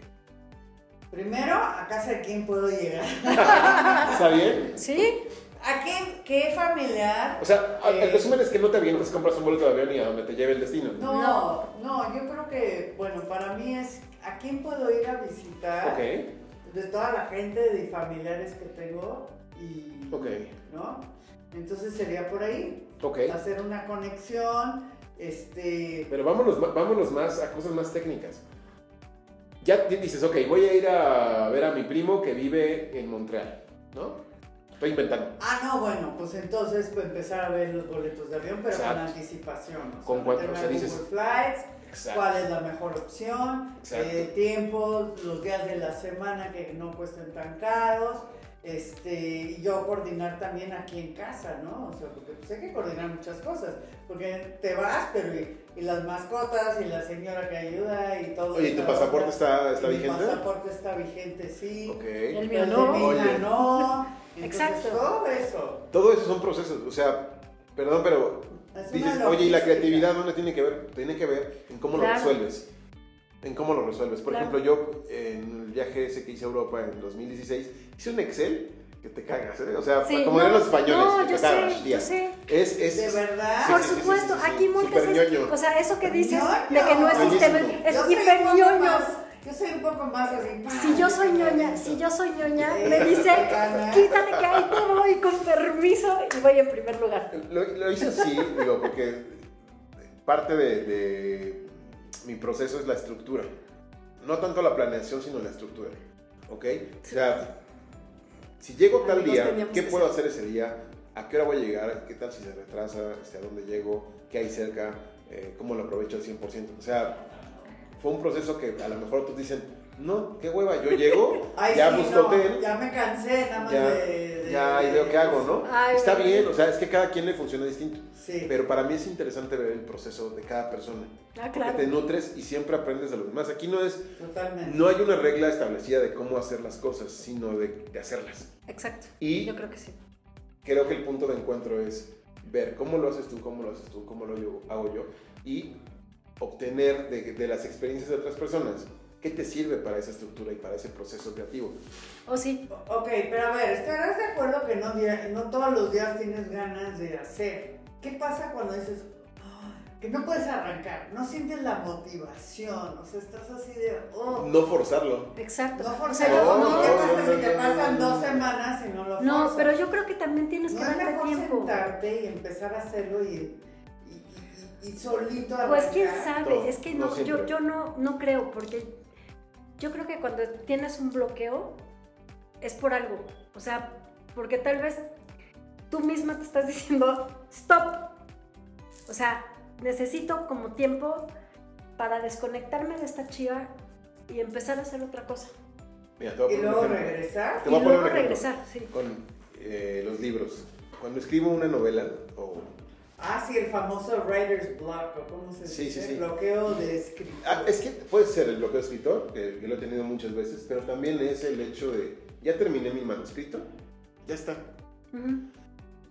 [SPEAKER 3] Primero, a casa de quién puedo llegar.
[SPEAKER 2] ¿Está bien?
[SPEAKER 1] ¿Sí?
[SPEAKER 3] ¿A qué, qué familiar?
[SPEAKER 2] O sea, a- el
[SPEAKER 3] Eh.
[SPEAKER 2] resumen es que no te avientes, compras un boleto de avión y a donde te lleve el destino.
[SPEAKER 3] No, no, yo creo que, bueno, para mí es a quién puedo ir a visitar
[SPEAKER 2] Ok,
[SPEAKER 3] de toda la gente, de familiares que tengo y,
[SPEAKER 2] ok,
[SPEAKER 3] ¿no? Entonces sería por ahí,
[SPEAKER 2] ok.
[SPEAKER 3] hacer una conexión, este,
[SPEAKER 2] Pero vámonos, ma- vámonos más a cosas más técnicas. Ya di- dices, ok, voy a ir a ver a mi primo que vive en Montreal, ¿no? Estoy inventando.
[SPEAKER 3] Ah, no, bueno, pues entonces pues, empezar a ver los boletos de avión, pero
[SPEAKER 2] Exacto.
[SPEAKER 3] con anticipación. ¿no?
[SPEAKER 2] Con cuatro,
[SPEAKER 3] meterme
[SPEAKER 2] o sea,
[SPEAKER 3] a
[SPEAKER 2] dices-
[SPEAKER 3] Google Flights,
[SPEAKER 2] Exacto.
[SPEAKER 3] cuál es la mejor opción,
[SPEAKER 2] Exacto.
[SPEAKER 3] eh, tiempos, los días de la semana que no cuesten tan caros. Este, y yo coordinar también aquí en casa, ¿no? O sea, porque pues hay que coordinar muchas cosas, porque te vas, pero y, y las mascotas y la señora que ayuda y todo.
[SPEAKER 2] Oye, ¿tu
[SPEAKER 3] esa
[SPEAKER 2] pasaporte
[SPEAKER 3] onda.
[SPEAKER 2] está, está
[SPEAKER 3] Y
[SPEAKER 2] vigente?
[SPEAKER 3] Mi pasaporte está vigente, sí.
[SPEAKER 2] Ok.
[SPEAKER 1] El mío
[SPEAKER 3] de
[SPEAKER 1] no.
[SPEAKER 3] mi hija
[SPEAKER 2] Oye.
[SPEAKER 3] no. Entonces,
[SPEAKER 1] Exacto.
[SPEAKER 3] Todo eso.
[SPEAKER 2] Todo eso son procesos, o sea, perdón, pero
[SPEAKER 3] Es una
[SPEAKER 2] dices, oye, ¿y la
[SPEAKER 3] logística.
[SPEAKER 2] creatividad dónde tiene que ver? Tiene que ver en cómo
[SPEAKER 1] Claro.
[SPEAKER 2] lo resuelves. En cómo lo resuelves. Por
[SPEAKER 1] Claro.
[SPEAKER 2] ejemplo, yo eh, en el viaje ese que hice a Europa en 2016, hice un Excel que te cagas, ¿eh? O sea,
[SPEAKER 1] Sí,
[SPEAKER 2] como
[SPEAKER 1] no,
[SPEAKER 2] eran los españoles,
[SPEAKER 1] no,
[SPEAKER 2] que
[SPEAKER 1] yo
[SPEAKER 2] te cagas,
[SPEAKER 1] sé,
[SPEAKER 2] tía.
[SPEAKER 1] yo sé.
[SPEAKER 2] Es, es,
[SPEAKER 3] De verdad.
[SPEAKER 2] Sí,
[SPEAKER 1] Por
[SPEAKER 2] sí, sí,
[SPEAKER 1] supuesto,
[SPEAKER 2] sí, sí,
[SPEAKER 1] aquí
[SPEAKER 2] sí.
[SPEAKER 1] multas
[SPEAKER 2] Súper
[SPEAKER 1] es,
[SPEAKER 2] ñoño.
[SPEAKER 1] o sea, eso que dices
[SPEAKER 3] Ñoño.
[SPEAKER 1] de que no es
[SPEAKER 2] Ñoñísimo.
[SPEAKER 1] sistema,
[SPEAKER 3] Yo
[SPEAKER 1] es
[SPEAKER 3] soy
[SPEAKER 1] hiper
[SPEAKER 3] un poco
[SPEAKER 1] ñoño.
[SPEAKER 3] más- Yo soy un poco más así.
[SPEAKER 1] Si yo soy ñoña, si yo soy ñoña, me dice,
[SPEAKER 3] Ana.
[SPEAKER 1] quítate que ahí te voy con permiso y voy en primer lugar.
[SPEAKER 2] Lo, lo hice así, digo, porque parte de, de mi proceso es la estructura. No tanto la planeación, sino la estructura. ¿Ok? O sea, si llego tal
[SPEAKER 1] Amigos,
[SPEAKER 2] día,
[SPEAKER 1] teníamos
[SPEAKER 2] ¿qué
[SPEAKER 1] que
[SPEAKER 2] puedo
[SPEAKER 1] ser.
[SPEAKER 2] hacer ese día? ¿A qué hora voy a llegar? ¿Qué tal si se retrasa? Este, ¿A dónde llego? ¿Qué hay cerca? Eh, ¿Cómo lo aprovecho al 100%? O sea, fue un proceso que a lo mejor otros dicen, No, qué hueva, yo llego,
[SPEAKER 3] Ay,
[SPEAKER 2] ya
[SPEAKER 3] sí,
[SPEAKER 2] busco
[SPEAKER 3] no,
[SPEAKER 2] hotel, ya,
[SPEAKER 3] Ya me cansé nada más de, de-
[SPEAKER 2] ya, y veo qué hago, ¿no?
[SPEAKER 1] Ay,
[SPEAKER 2] Está
[SPEAKER 1] bueno.
[SPEAKER 2] bien, o sea, es que cada quien le funciona distinto.
[SPEAKER 3] Sí.
[SPEAKER 2] Pero para mí es interesante ver el proceso de cada persona.
[SPEAKER 1] Ah,
[SPEAKER 2] Porque
[SPEAKER 1] claro.
[SPEAKER 2] te nutres y siempre aprendes de los demás. Aquí no es,
[SPEAKER 3] Totalmente.
[SPEAKER 2] no hay una regla establecida de cómo hacer las cosas, sino de, de hacerlas.
[SPEAKER 1] Exacto.
[SPEAKER 2] Y-
[SPEAKER 1] Yo creo que sí.
[SPEAKER 2] Creo que el punto de encuentro es ver cómo lo haces tú, cómo lo haces tú, cómo lo yo- hago yo y obtener de, de las experiencias de otras personas qué te sirve para esa estructura y para ese proceso creativo.
[SPEAKER 1] O sí.
[SPEAKER 3] Ok, pero a ver, ¿estarás de acuerdo que no, dia- no todos los días tienes ganas de hacer? ¿Qué pasa cuando dices "Ah, que no puedes arrancar? No sientes la motivación, o sea, estás así de... "Oh".
[SPEAKER 2] No forzarlo.
[SPEAKER 1] Exacto.
[SPEAKER 3] No
[SPEAKER 1] O
[SPEAKER 3] forzar,
[SPEAKER 1] sea,
[SPEAKER 3] no,
[SPEAKER 1] yo-
[SPEAKER 2] no,
[SPEAKER 3] ¿qué
[SPEAKER 2] no,
[SPEAKER 3] pasa
[SPEAKER 2] no,
[SPEAKER 3] si te
[SPEAKER 2] no, no,
[SPEAKER 3] pasan
[SPEAKER 2] no,
[SPEAKER 3] dos
[SPEAKER 2] no.
[SPEAKER 3] semanas y no lo
[SPEAKER 1] no,
[SPEAKER 3] forzas?
[SPEAKER 1] pero yo creo que también tienes
[SPEAKER 3] No
[SPEAKER 1] que
[SPEAKER 3] es
[SPEAKER 1] darte
[SPEAKER 3] mejor
[SPEAKER 1] tiempo.
[SPEAKER 3] sentarte y empezar a hacerlo y, y- y- y- y solito
[SPEAKER 1] Pues quién
[SPEAKER 3] arrancar?
[SPEAKER 1] sabe,
[SPEAKER 2] No,
[SPEAKER 1] es que
[SPEAKER 2] no
[SPEAKER 1] no, yo,
[SPEAKER 2] siempre.
[SPEAKER 1] yo no, no creo, porque yo creo que cuando tienes un bloqueo es por algo. O sea, porque tal vez tú misma te estás diciendo, stop. O sea, necesito como tiempo para desconectarme de esta chiva y empezar a hacer otra cosa.
[SPEAKER 2] Mira, te voy
[SPEAKER 3] Y
[SPEAKER 2] a poner un
[SPEAKER 3] luego
[SPEAKER 2] ejemplo.
[SPEAKER 3] regresar.
[SPEAKER 2] Te
[SPEAKER 1] y
[SPEAKER 2] voy a poner
[SPEAKER 1] luego
[SPEAKER 2] un ejemplo.
[SPEAKER 1] regresar, sí.
[SPEAKER 2] con eh, los libros. Cuando escribo una novela, o
[SPEAKER 3] Ah, sí, el famoso writer's block, o cómo se dice,
[SPEAKER 2] Sí, sí, sí.
[SPEAKER 3] bloqueo de escritura.
[SPEAKER 2] Ah, es que puede ser el bloqueo escritor, que yo lo he tenido muchas veces, pero también es el hecho de, ya terminé mi manuscrito, ya está.
[SPEAKER 1] Ujú.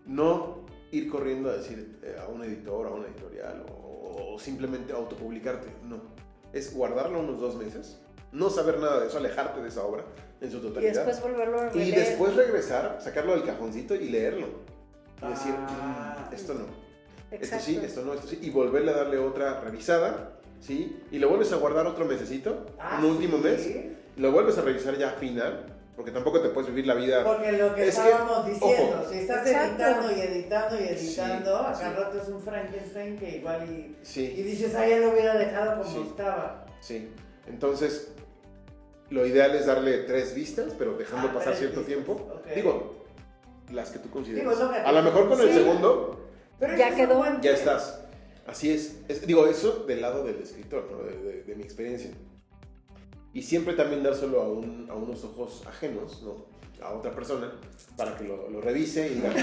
[SPEAKER 2] No ir corriendo a decir eh, a un editor, a una editorial, o, o simplemente autopublicarte, no. Es guardarlo unos dos meses, no saber nada de eso, alejarte de esa obra en su
[SPEAKER 1] Y
[SPEAKER 2] totalidad.
[SPEAKER 1] después volverlo a
[SPEAKER 2] Y
[SPEAKER 1] releer.
[SPEAKER 2] después regresar, sacarlo del cajoncito y leerlo. Y decir,
[SPEAKER 3] Ah.
[SPEAKER 2] "Mm, esto no. Esto
[SPEAKER 1] Exacto.
[SPEAKER 2] sí, esto no, esto sí. Y volverle a darle otra revisada, ¿sí? Y lo vuelves a guardar otro mesecito,
[SPEAKER 3] Ah,
[SPEAKER 2] un último
[SPEAKER 3] sí.
[SPEAKER 2] mes. Lo vuelves a revisar ya final, porque tampoco te puedes vivir la vida.
[SPEAKER 3] Porque lo que
[SPEAKER 2] Es que,
[SPEAKER 3] estábamos diciendo,
[SPEAKER 2] ojo.
[SPEAKER 3] si estás
[SPEAKER 1] Exacto.
[SPEAKER 3] editando y editando y editando,
[SPEAKER 2] Sí,
[SPEAKER 3] a
[SPEAKER 2] sí.
[SPEAKER 3] cada rato es un Frankenstein que igual y, y
[SPEAKER 2] Sí,
[SPEAKER 3] dices, ah, ya lo hubiera dejado como
[SPEAKER 2] Sí.
[SPEAKER 3] estaba.
[SPEAKER 2] sí. Entonces, lo ideal es darle tres vistas, pero dejando
[SPEAKER 3] Ah,
[SPEAKER 2] pasar
[SPEAKER 3] tres
[SPEAKER 2] cierto
[SPEAKER 3] vistas,
[SPEAKER 2] tiempo.
[SPEAKER 3] ok.
[SPEAKER 2] Digo, las que tú
[SPEAKER 3] Digo,
[SPEAKER 2] consideres.
[SPEAKER 3] es lo que-
[SPEAKER 2] A lo mejor con el
[SPEAKER 1] Sí.
[SPEAKER 2] segundo
[SPEAKER 3] Pero
[SPEAKER 1] Ya
[SPEAKER 3] ese es un
[SPEAKER 1] quedó.
[SPEAKER 3] buen
[SPEAKER 2] ya
[SPEAKER 3] tip.
[SPEAKER 2] estás. Así es. Es- Digo, eso del lado del escritor, ¿no? de, de- de mi experiencia. Y siempre también dárselo a, un- a unos ojos ajenos, ¿no? A otra persona, para que lo, lo revise y diga,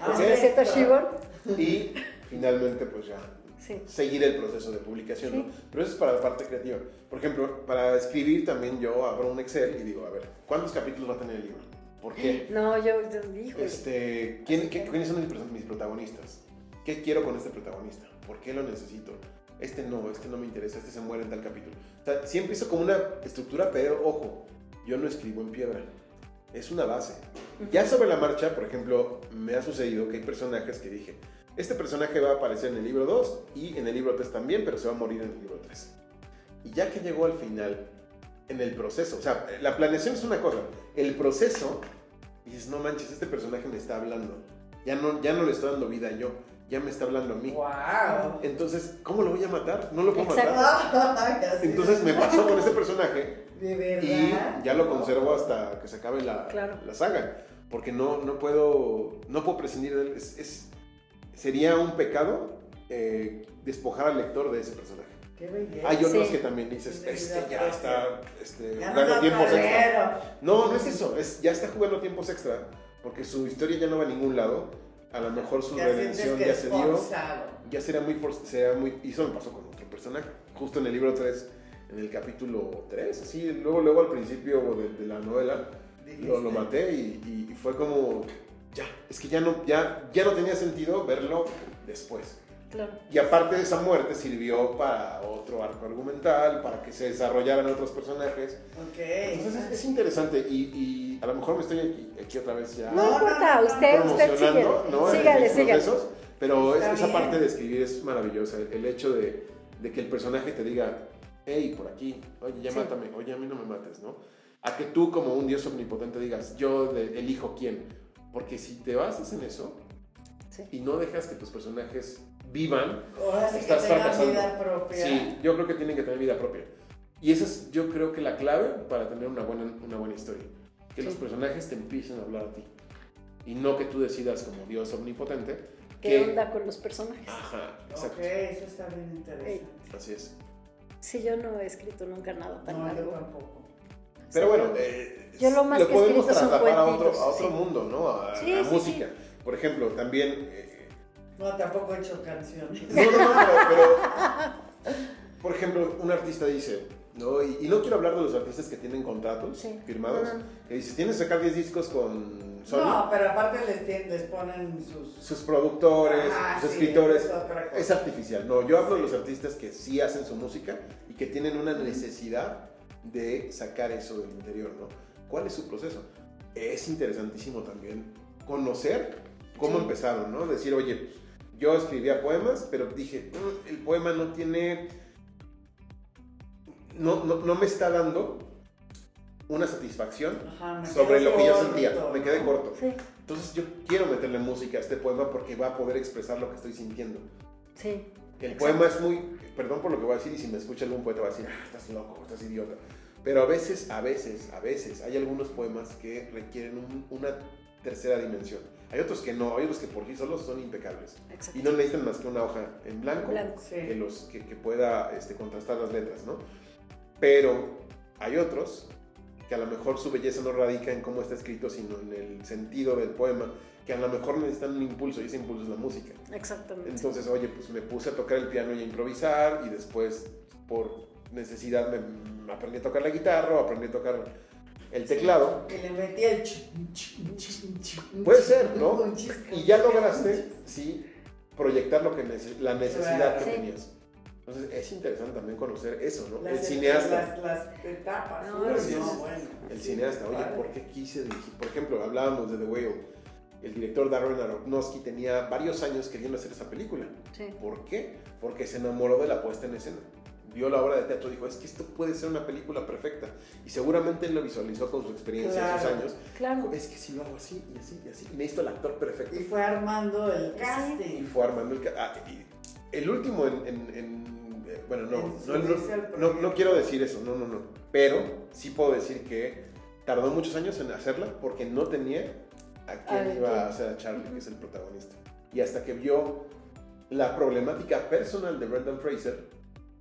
[SPEAKER 3] Ah,
[SPEAKER 2] Ok.
[SPEAKER 1] ¿Es cierto,
[SPEAKER 3] esto.
[SPEAKER 1] Shibor?
[SPEAKER 2] Y finalmente, pues ya
[SPEAKER 1] Sí.
[SPEAKER 2] seguir el proceso de publicación, ¿no?
[SPEAKER 1] Sí.
[SPEAKER 2] Pero eso es para la parte creativa. Por ejemplo, para escribir también yo abro un Excel y digo, a ver, ¿cuántos capítulos va a tener el libro? ¿Por qué?
[SPEAKER 1] No, yo, yo híjole.
[SPEAKER 2] Este, ¿quién- qué- ¿Quiénes son mis pers- mis protagonistas? ¿Qué quiero con este protagonista? ¿Por qué lo necesito? Este no, este no me interesa, este se muere en tal capítulo. O sea, sí empiezo con una estructura, pero ojo, yo no escribo en piedra. Es una base. Ya sobre la marcha, por ejemplo, me ha sucedido que hay personajes que dije, este personaje va a aparecer en el libro 2 y en el libro 3 también, pero se va a morir en el libro 3. Y ya que llegó al final, en el proceso, o sea, la planeación es una cosa, el proceso, dices, no manches, este personaje me está hablando, ya no, ya no le estoy dando vida yo, ya me está hablando a mí.
[SPEAKER 3] ¡Wow!
[SPEAKER 2] Entonces, ¿cómo lo voy a matar? No lo puedo
[SPEAKER 1] Exacto.
[SPEAKER 2] matar.
[SPEAKER 3] Ah, Ya sé.
[SPEAKER 2] Entonces me pasó con este personaje
[SPEAKER 3] De
[SPEAKER 2] y
[SPEAKER 3] verdad.
[SPEAKER 2] ya lo conservo hasta que se acabe la,
[SPEAKER 1] Claro.
[SPEAKER 2] la saga. Porque no, no puedo. No puedo prescindir de él. Es- es- sería un pecado eh, despojar al lector de ese personaje.
[SPEAKER 3] Qué belleza.
[SPEAKER 2] Hay otros
[SPEAKER 1] Sí.
[SPEAKER 2] que también dices,
[SPEAKER 3] Sí,
[SPEAKER 2] este
[SPEAKER 3] ya
[SPEAKER 2] ya
[SPEAKER 3] propia.
[SPEAKER 2] está este,
[SPEAKER 3] Ya no
[SPEAKER 2] jugando
[SPEAKER 3] lo
[SPEAKER 2] tiempos extra.
[SPEAKER 3] tolero.
[SPEAKER 2] No, no es eso, es, ya está jugando tiempos extra, porque su historia ya no va a ningún lado. A lo mejor su
[SPEAKER 3] Ya sientes
[SPEAKER 2] redención
[SPEAKER 3] que
[SPEAKER 2] ya
[SPEAKER 3] es
[SPEAKER 2] se dio
[SPEAKER 3] forzado.
[SPEAKER 2] ya sería muy, forz- sería muy... Y eso me pasó con otro personaje, justo en el libro 3, en el capítulo 3, así, luego, luego al principio de, de la novela, lo, lo
[SPEAKER 3] Dijiste.
[SPEAKER 2] maté y, y- y fue como, ya, es que ya no, ya, ya no tenía sentido verlo después.
[SPEAKER 1] Claro.
[SPEAKER 2] Y aparte de esa muerte sirvió para otro arco argumental, para que se desarrollaran otros personajes.
[SPEAKER 3] Ok.
[SPEAKER 2] Entonces es, es interesante y, y a lo mejor me estoy aquí, aquí otra vez ya
[SPEAKER 1] No, importa,
[SPEAKER 3] no, no.
[SPEAKER 1] usted, usted sigue.
[SPEAKER 2] promocionando, ¿no? En
[SPEAKER 1] Sígale,
[SPEAKER 2] mis
[SPEAKER 1] sígale.
[SPEAKER 2] procesos, pero es-
[SPEAKER 3] Está
[SPEAKER 2] esa
[SPEAKER 3] bien.
[SPEAKER 2] parte de escribir es maravillosa. El, el hecho de, de que el personaje te diga, hey, por aquí, oye, ya
[SPEAKER 1] Sí.
[SPEAKER 2] mátame, oye, a mí no me mates, ¿no? A que tú, como un dios omnipotente, digas, yo de- elijo quién. Porque si te basas en eso
[SPEAKER 1] Sí.
[SPEAKER 2] y no dejas que tus personajes vivan,
[SPEAKER 3] Ahora sí que
[SPEAKER 2] Estás
[SPEAKER 3] tenga
[SPEAKER 2] fracasando.
[SPEAKER 3] vida propia.
[SPEAKER 2] sí, yo creo que tienen que tener vida propia. Y esa es, yo creo que la clave para tener una buena, una buena historia. Que los personajes te empiecen a hablar a ti. Y no que tú decidas como Dios omnipotente.
[SPEAKER 1] ¿Qué onda con los personajes?
[SPEAKER 2] Ajá,
[SPEAKER 3] Ok,
[SPEAKER 2] exacto.
[SPEAKER 3] eso está bien interesante.
[SPEAKER 2] Así es.
[SPEAKER 1] Sí, yo no he escrito nunca nada tan
[SPEAKER 3] No, yo
[SPEAKER 1] largo.
[SPEAKER 3] tampoco.
[SPEAKER 2] Pero
[SPEAKER 1] Sí.
[SPEAKER 2] bueno, eh,
[SPEAKER 1] Yo lo más que he
[SPEAKER 2] podemos
[SPEAKER 1] escrito son
[SPEAKER 2] trasladar a otro,
[SPEAKER 1] cuentitos,
[SPEAKER 2] a otro
[SPEAKER 1] sí.
[SPEAKER 2] mundo, ¿no? A,
[SPEAKER 1] Sí,
[SPEAKER 2] a
[SPEAKER 1] sí,
[SPEAKER 2] música. Por ejemplo, también. eh,
[SPEAKER 3] No, tampoco he hecho canciones.
[SPEAKER 2] no, no, no, pero, pero, Por ejemplo, un artista dice, ¿no? Y, y no quiero hablar de los artistas que tienen contratos
[SPEAKER 1] Sí.
[SPEAKER 2] firmados.
[SPEAKER 1] Ajá.
[SPEAKER 2] Que dice, tienes que sacar 10 discos con Sony.
[SPEAKER 3] No, pero aparte les, tien- les ponen sus...
[SPEAKER 2] Sus productores,
[SPEAKER 3] Ah,
[SPEAKER 2] sus
[SPEAKER 3] sí,
[SPEAKER 2] escritores.
[SPEAKER 3] es otra cosa.
[SPEAKER 2] Es artificial. No, yo hablo de los artistas que sí hacen su música y que tienen una necesidad de sacar eso del interior, ¿no? ¿Cuál es su proceso? Es interesantísimo también conocer cómo
[SPEAKER 1] Sí.
[SPEAKER 2] empezaron, ¿no? Decir, oye, pues, yo escribía poemas, pero dije, "Mm, el poema no tiene... No, no, no me está dando una satisfacción
[SPEAKER 3] Ajá, me
[SPEAKER 2] sobre
[SPEAKER 3] quedé
[SPEAKER 2] lo que yo
[SPEAKER 3] corto.
[SPEAKER 2] sentía. Me quedé corto.
[SPEAKER 1] Sí,
[SPEAKER 2] Entonces yo quiero meterle música a este poema porque va a poder expresar lo que estoy sintiendo.
[SPEAKER 1] sí.
[SPEAKER 2] El
[SPEAKER 1] Exacto.
[SPEAKER 2] poema es muy, perdón por lo que voy a decir y si me escucha algún poeta va a decir, ah, estás loco, estás idiota. Pero a veces, a veces, a veces hay algunos poemas que requieren un- una tercera dimensión. Hay otros que no, hay otros que por sí solos son impecables.
[SPEAKER 1] Exacto.
[SPEAKER 2] Y no necesitan más que una hoja en blanco,
[SPEAKER 1] Blanco.
[SPEAKER 2] Que,
[SPEAKER 3] Sí.
[SPEAKER 2] los, que, que pueda este, contrastar las letras, ¿no? Pero hay otros que a lo mejor su belleza no radica en cómo está escrito, sino en el sentido del poema, que a lo mejor necesitan un impulso y ese impulso es la música.
[SPEAKER 1] Exactamente.
[SPEAKER 2] Entonces, oye, pues me puse a tocar el piano y a improvisar y después por necesidad me, me aprendí a tocar la guitarra o aprendí a tocar el teclado.
[SPEAKER 3] Que le metí el... ch- ch- ch- ch-
[SPEAKER 2] Puede ser, ¿no?
[SPEAKER 3] un chis-
[SPEAKER 2] Y ya lograste, sí, proyectar lo que nece- la necesidad
[SPEAKER 3] Claro.
[SPEAKER 2] que
[SPEAKER 1] Sí.
[SPEAKER 2] tenías. Entonces, es interesante también conocer eso, ¿no?
[SPEAKER 3] Las
[SPEAKER 2] El
[SPEAKER 3] et-
[SPEAKER 2] cineasta.
[SPEAKER 3] Las, las etapas.
[SPEAKER 1] No,
[SPEAKER 3] Uy,
[SPEAKER 2] así
[SPEAKER 3] no,
[SPEAKER 2] es.
[SPEAKER 3] bueno.
[SPEAKER 2] El
[SPEAKER 3] Sí,
[SPEAKER 2] cineasta, oye,
[SPEAKER 3] padre.
[SPEAKER 2] ¿por qué quise dirigir? Por ejemplo, hablábamos de The Whale. El director Darren Aronofsky tenía varios años queriendo hacer esa película.
[SPEAKER 1] Sí.
[SPEAKER 2] ¿Por qué? Porque se enamoró de la puesta en escena. Vio la obra de teatro y dijo, es que esto puede ser una película perfecta. Y seguramente él lo visualizó con su experiencia y sus
[SPEAKER 3] Claro.
[SPEAKER 2] años.
[SPEAKER 1] Claro.
[SPEAKER 2] Dijo, es que si lo hago así y así y así, necesito el actor perfecto.
[SPEAKER 3] Y fue armando el
[SPEAKER 1] Sí.
[SPEAKER 2] Y
[SPEAKER 3] casting.
[SPEAKER 2] fue armando el... ca- ah, y el último en... en- en- eh, bueno, no,
[SPEAKER 3] En
[SPEAKER 2] no, no,
[SPEAKER 3] subirse al
[SPEAKER 2] no- no
[SPEAKER 3] proyecto.
[SPEAKER 2] quiero decir eso, no, no, no. Pero sí puedo decir que tardó muchos años en hacerla porque no tenía a quién
[SPEAKER 1] A
[SPEAKER 2] iba
[SPEAKER 1] quién.
[SPEAKER 2] a hacer a Charlie, que
[SPEAKER 1] Ujú.
[SPEAKER 2] es el protagonista. Y hasta que vio la problemática personal de Brendan Fraser,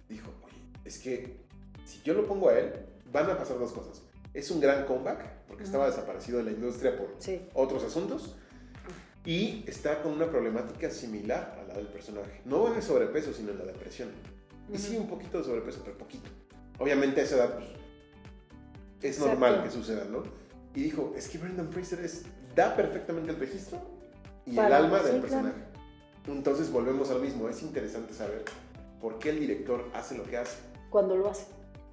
[SPEAKER 2] dijo, oye, es que si yo lo pongo a él, van a pasar dos cosas. Es un gran comeback, porque
[SPEAKER 1] Ujú.
[SPEAKER 2] estaba desaparecido de la industria por
[SPEAKER 1] Sí.
[SPEAKER 2] otros asuntos y está con una problemática similar a la del personaje. No en el sobrepeso, sino en la depresión. Y sí, un poquito de sobrepeso, pero poquito. Obviamente a esa edad pues, es
[SPEAKER 1] Exacto.
[SPEAKER 2] normal que suceda, ¿no? Y dijo, es que Brendan Fraser es, da perfectamente el registro y
[SPEAKER 1] Para-
[SPEAKER 2] el alma del
[SPEAKER 1] sí, claro.
[SPEAKER 2] personaje. Entonces volvemos al mismo, es interesante saber por qué el director hace lo que hace
[SPEAKER 1] Cuando lo hace.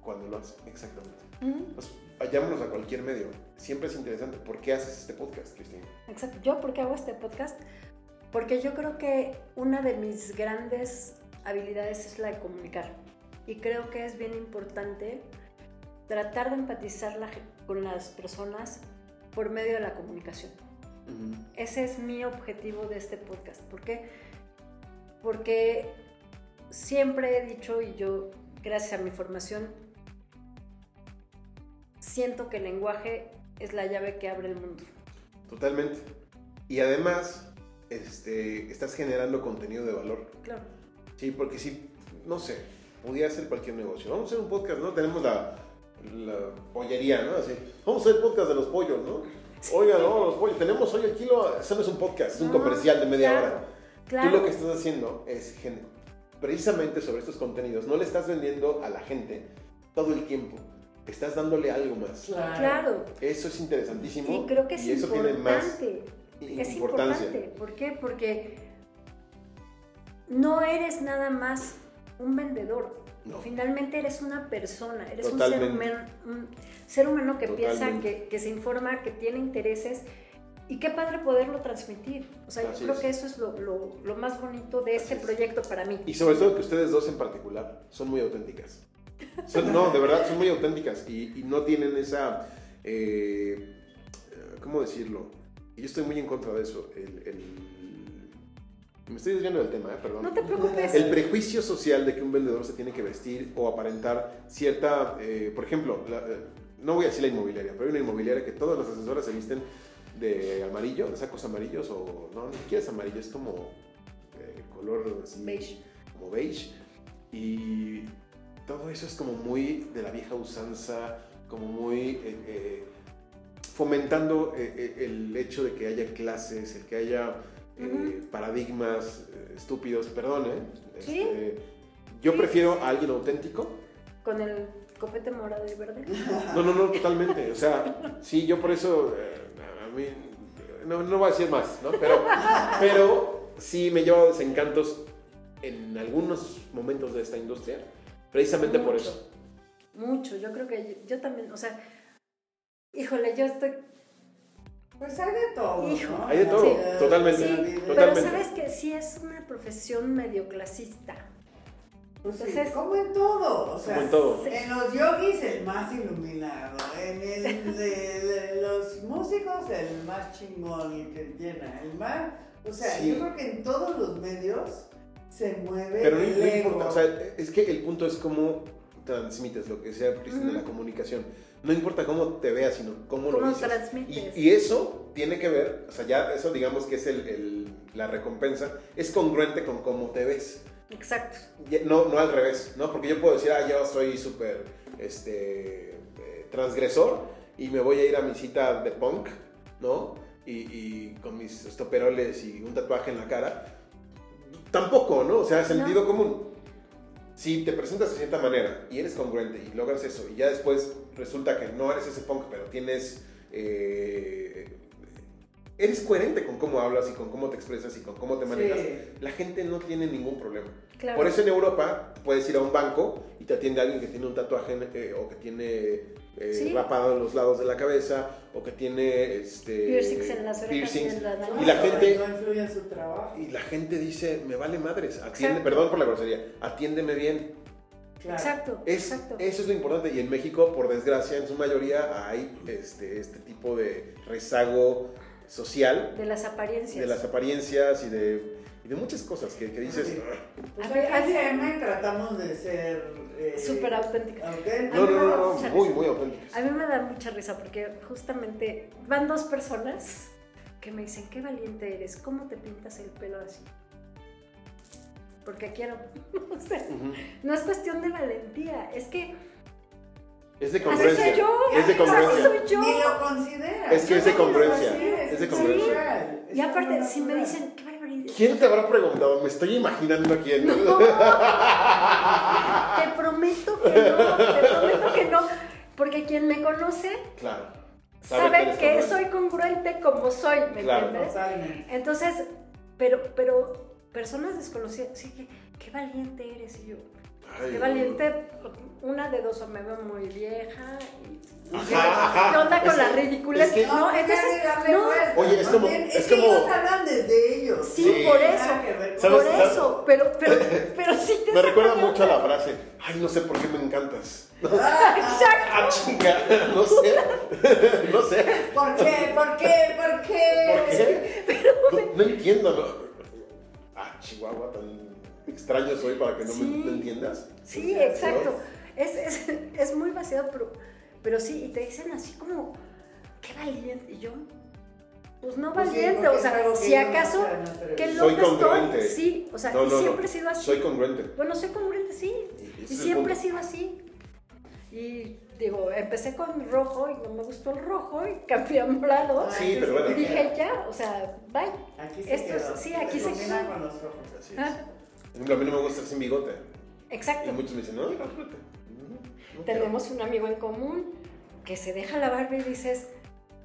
[SPEAKER 2] cuando lo hace, exactamente.
[SPEAKER 1] Ujú.
[SPEAKER 2] Pues, vayámonos a cualquier medio, siempre es interesante por qué haces este podcast, Cristina.
[SPEAKER 1] Exacto. ¿Yo por qué hago este podcast? Porque yo creo que una de mis grandes habilidades es la de comunicar. Y creo que es bien importante tratar de empatizar la gen- con las personas por medio de la comunicación. Ese es mi objetivo de este podcast. ¿Por qué? Porque siempre he dicho y yo, gracias a mi formación, siento que el lenguaje es la llave que abre el mundo.
[SPEAKER 2] Totalmente. Y además, este, estás generando contenido de valor.
[SPEAKER 1] Claro.
[SPEAKER 2] Sí, porque si, no sé, pudiera ser cualquier negocio. Vamos a hacer un podcast, ¿no? Tenemos la, la pollería, ¿no? Así, vamos a hacer podcast de los pollos, ¿no? Oiga, no, los pollos. Tenemos hoy aquí, lo, hacemos un podcast, un
[SPEAKER 1] Ah,
[SPEAKER 2] comercial de media
[SPEAKER 1] claro,
[SPEAKER 2] hora.
[SPEAKER 1] Claro.
[SPEAKER 2] Tú lo que estás haciendo es gen- precisamente sobre estos contenidos. No le estás vendiendo a la gente todo el tiempo. Estás dándole algo más.
[SPEAKER 1] Claro.
[SPEAKER 2] Eso es interesantísimo.
[SPEAKER 1] Y creo que es
[SPEAKER 2] y eso tiene más
[SPEAKER 1] importante. Es
[SPEAKER 2] importancia.
[SPEAKER 1] importante. ¿Por qué? Porque no eres nada más un vendedor.
[SPEAKER 2] No.
[SPEAKER 1] Finalmente eres una persona, eres un ser,
[SPEAKER 2] Totalmente.
[SPEAKER 1] humano, un ser humano que piensa,
[SPEAKER 2] Totalmente.
[SPEAKER 1] que, que se informa, que tiene intereses. Y qué padre poderlo transmitir. O sea,
[SPEAKER 2] Así
[SPEAKER 1] yo creo
[SPEAKER 2] es.
[SPEAKER 1] que eso es lo, lo- lo más bonito de este
[SPEAKER 2] Así es.
[SPEAKER 1] proyecto para mí.
[SPEAKER 2] Y sobre todo que ustedes dos en particular son muy auténticas. Son- no, de verdad, son muy auténticas y, y no tienen esa... eh, eh, ¿Cómo decirlo? Y Yo estoy muy en contra de eso. El, el- me estoy desviando del tema, eh, perdón.
[SPEAKER 1] No te preocupes.
[SPEAKER 2] El prejuicio social de que un vendedor se tiene que vestir o aparentar cierta... eh, por ejemplo, la- eh, no voy a decir la inmobiliaria, pero hay una inmobiliaria que todas las asesoras se visten de amarillo, de sacos amarillos o... No, ni siquiera es amarillo, es como... eh, color así
[SPEAKER 1] Beige.
[SPEAKER 2] como beige. Y todo eso es como muy de la vieja usanza, como muy eh, eh, fomentando eh, eh, el hecho de que haya clases, el que haya eh,
[SPEAKER 1] Ujú.
[SPEAKER 2] paradigmas eh, estúpidos, perdón, ¿eh?
[SPEAKER 1] Sí.
[SPEAKER 2] Este, yo
[SPEAKER 1] Sí,
[SPEAKER 2] prefiero
[SPEAKER 1] sí, sí.
[SPEAKER 2] a alguien auténtico.
[SPEAKER 1] Con el copete morado y verde.
[SPEAKER 2] No, no, no, totalmente. O sea, sí, yo por eso, eh, a mí, no, no voy a decir más, ¿no? Pero, pero sí me llevo desencantos en algunos momentos de esta industria, precisamente por
[SPEAKER 1] Mucho.
[SPEAKER 2] eso.
[SPEAKER 1] Mucho, yo creo que yo, yo también, o sea, híjole, yo estoy...
[SPEAKER 3] Pues hay de todo,
[SPEAKER 1] Hijo.
[SPEAKER 3] ¿no?
[SPEAKER 2] Hay de todo,
[SPEAKER 3] Sí.
[SPEAKER 2] totalmente,
[SPEAKER 1] Sí, pero
[SPEAKER 2] totalmente.
[SPEAKER 1] sabes que sí es una profesión medio clasista.
[SPEAKER 3] Pues sí,
[SPEAKER 1] Entonces-
[SPEAKER 3] como en todo, o sea,
[SPEAKER 2] Como en todo.
[SPEAKER 3] en los yogis el más iluminado, en el de los músicos el más chingón, el que llena, el más, o sea,
[SPEAKER 2] Sí.
[SPEAKER 3] yo creo que en todos los medios se mueve
[SPEAKER 2] Pero no,
[SPEAKER 3] el
[SPEAKER 2] no
[SPEAKER 3] ego.
[SPEAKER 2] importa, o sea, es que el punto es cómo transmites lo que sea Cristina,
[SPEAKER 1] Ujú.
[SPEAKER 2] la comunicación. No importa cómo te veas, sino cómo, lo
[SPEAKER 1] ¿Cómo
[SPEAKER 2] dices. Y,
[SPEAKER 1] transmites?
[SPEAKER 2] y eso tiene que ver, o sea, ya eso digamos que es el- el- la recompensa, es congruente con cómo te ves.
[SPEAKER 1] Exacto.
[SPEAKER 2] Ya- No, no al revés, ¿no? Porque yo puedo decir, ah, yo soy súper este, eh, transgresor y me voy a ir a mi cita de punk, ¿no? Y, y con mis estoperoles y un tatuaje en la cara. Tampoco, ¿no? O sea, sentido común. Si te presentas de cierta manera y eres congruente y logras eso, y ya después resulta que no eres ese punk, pero tienes. eh, eres coherente con cómo hablas y con cómo te expresas y con cómo te manejas,
[SPEAKER 3] Sí.
[SPEAKER 2] la gente no tiene ningún problema.
[SPEAKER 1] Claro.
[SPEAKER 2] Por eso en Europa puedes ir a un banco y te atiende alguien que tiene un tatuaje eh, o que tiene eh,
[SPEAKER 1] Sí.
[SPEAKER 2] rapado en los lados de la cabeza o que tiene este,
[SPEAKER 1] Piercings en las orejas
[SPEAKER 2] piercings.
[SPEAKER 1] y en la nariz.
[SPEAKER 2] Y la
[SPEAKER 3] Claro,
[SPEAKER 2] gente-
[SPEAKER 3] No influye en su trabajo,
[SPEAKER 2] Y la gente dice, me vale madres, atiende,
[SPEAKER 1] Exacto.
[SPEAKER 2] perdón por la grosería, atiéndeme bien.
[SPEAKER 3] claro.
[SPEAKER 1] Exacto,
[SPEAKER 2] Es,
[SPEAKER 1] exacto.
[SPEAKER 2] Eso es lo importante. Y en México, por desgracia, en su mayoría hay este, este tipo de rezago social
[SPEAKER 1] de las apariencias.
[SPEAKER 2] de las apariencias y de, y de muchas cosas que, que dices,
[SPEAKER 3] Sí.
[SPEAKER 2] "Ah,
[SPEAKER 3] Pues
[SPEAKER 1] A ver,
[SPEAKER 3] aquí
[SPEAKER 1] a ver.
[SPEAKER 3] en CM tratamos de ser... eh,
[SPEAKER 1] Súper auténticas.
[SPEAKER 3] auténticos.
[SPEAKER 2] No, no, no, no,
[SPEAKER 1] Chale.
[SPEAKER 2] muy, muy auténticas.
[SPEAKER 1] A mí me da mucha risa porque justamente van dos personas que me dicen, qué valiente eres, ¿cómo te pintas el pelo así? Porque quiero. O sea,
[SPEAKER 2] Ujú.
[SPEAKER 1] no es cuestión de valentía, es que
[SPEAKER 2] Es de
[SPEAKER 1] así
[SPEAKER 2] congruencia.
[SPEAKER 1] soy yo.
[SPEAKER 2] Es de
[SPEAKER 1] o sea, así
[SPEAKER 2] congruencia.
[SPEAKER 1] soy yo.
[SPEAKER 3] Ni lo consideras.
[SPEAKER 2] Es que es de
[SPEAKER 3] No, no,
[SPEAKER 2] congruencia,
[SPEAKER 3] así
[SPEAKER 2] es
[SPEAKER 3] sí.
[SPEAKER 2] de congruencia.
[SPEAKER 1] Y aparte,
[SPEAKER 3] Es
[SPEAKER 1] si me
[SPEAKER 3] natural.
[SPEAKER 1] dicen, qué barbaridad.
[SPEAKER 2] ¿Quién te habrá preguntado? Me estoy imaginando a quién.
[SPEAKER 1] No, te prometo que no, te prometo que no. Porque quien me conoce
[SPEAKER 2] Claro.
[SPEAKER 1] sabe
[SPEAKER 2] eres
[SPEAKER 1] que
[SPEAKER 2] congruente.
[SPEAKER 1] soy congruente como soy, ¿me
[SPEAKER 2] Claro.
[SPEAKER 1] entiendes?
[SPEAKER 3] Totalmente.
[SPEAKER 1] Entonces, pero, pero personas desconocidas, sí que, qué valiente eres y yo.
[SPEAKER 2] Ay,
[SPEAKER 1] qué valiente, una de dos o me veo muy vieja y
[SPEAKER 2] Ajá, ajá.
[SPEAKER 1] ¿Qué onda con
[SPEAKER 2] Es-
[SPEAKER 1] las ridículas?
[SPEAKER 2] es que-
[SPEAKER 1] no, entonces, no,
[SPEAKER 2] Oye, es
[SPEAKER 3] Más
[SPEAKER 2] como-
[SPEAKER 3] bien, Es,
[SPEAKER 2] es
[SPEAKER 3] que
[SPEAKER 2] como-
[SPEAKER 3] ellos hablan desde ellos.
[SPEAKER 1] sí,
[SPEAKER 2] Sí.
[SPEAKER 1] por
[SPEAKER 3] Nada que ver
[SPEAKER 1] eso,
[SPEAKER 3] con-
[SPEAKER 2] ¿Sabes?
[SPEAKER 1] por eso, pero, pero, pero sí te
[SPEAKER 2] Me recuerda
[SPEAKER 1] saca-
[SPEAKER 2] mucho a la frase, ay, no sé por qué me encantas.
[SPEAKER 3] Ah,
[SPEAKER 1] Exacto.
[SPEAKER 2] Ah, chinga, no sé. No sé.
[SPEAKER 3] ¿Por qué? ¿Por qué? ¿Por
[SPEAKER 2] ¿Por
[SPEAKER 3] qué?
[SPEAKER 2] qué? No, no entiendo. ¿no? Ah, Chihuahua, tan extraño soy para que no
[SPEAKER 1] Sí.
[SPEAKER 2] me no entiendas.
[SPEAKER 1] Sí, exacto. Es, es, es muy vaciado, pero, pero sí, y te dicen así como, qué valiente. Y yo, pues no
[SPEAKER 3] Pues sí,
[SPEAKER 1] valiente, o
[SPEAKER 3] porque es
[SPEAKER 1] sea,
[SPEAKER 3] algo que
[SPEAKER 1] si
[SPEAKER 3] yo no
[SPEAKER 1] acaso,
[SPEAKER 3] sé, no sé.
[SPEAKER 1] que
[SPEAKER 3] Soy
[SPEAKER 1] loca estoy.
[SPEAKER 2] congruente.
[SPEAKER 1] Sí, o sea,
[SPEAKER 2] No,
[SPEAKER 1] y
[SPEAKER 2] no, no.
[SPEAKER 1] siempre he sido así.
[SPEAKER 2] Soy congruente.
[SPEAKER 1] Bueno, soy congruente, sí.
[SPEAKER 2] Ese
[SPEAKER 1] Y
[SPEAKER 2] es el
[SPEAKER 1] siempre he
[SPEAKER 2] punto.
[SPEAKER 1] sido así. Y digo, empecé con rojo y no me gustó el rojo y cambié a morado.
[SPEAKER 3] Ay,
[SPEAKER 2] Sí, pero bueno.
[SPEAKER 1] Y dije, ya, o sea, bye.
[SPEAKER 3] Aquí se
[SPEAKER 1] Esto es-
[SPEAKER 3] quedó.
[SPEAKER 1] sí, aquí se
[SPEAKER 3] combina
[SPEAKER 1] quedó. Ah.
[SPEAKER 3] con los ojos.
[SPEAKER 2] Así es. Por ejemplo, a mí no me gusta estar sin bigote. Y
[SPEAKER 1] Exacto.
[SPEAKER 2] muchos me dicen, no, no, no, no.
[SPEAKER 1] Tenemos un amigo en común que se deja la barba y dices,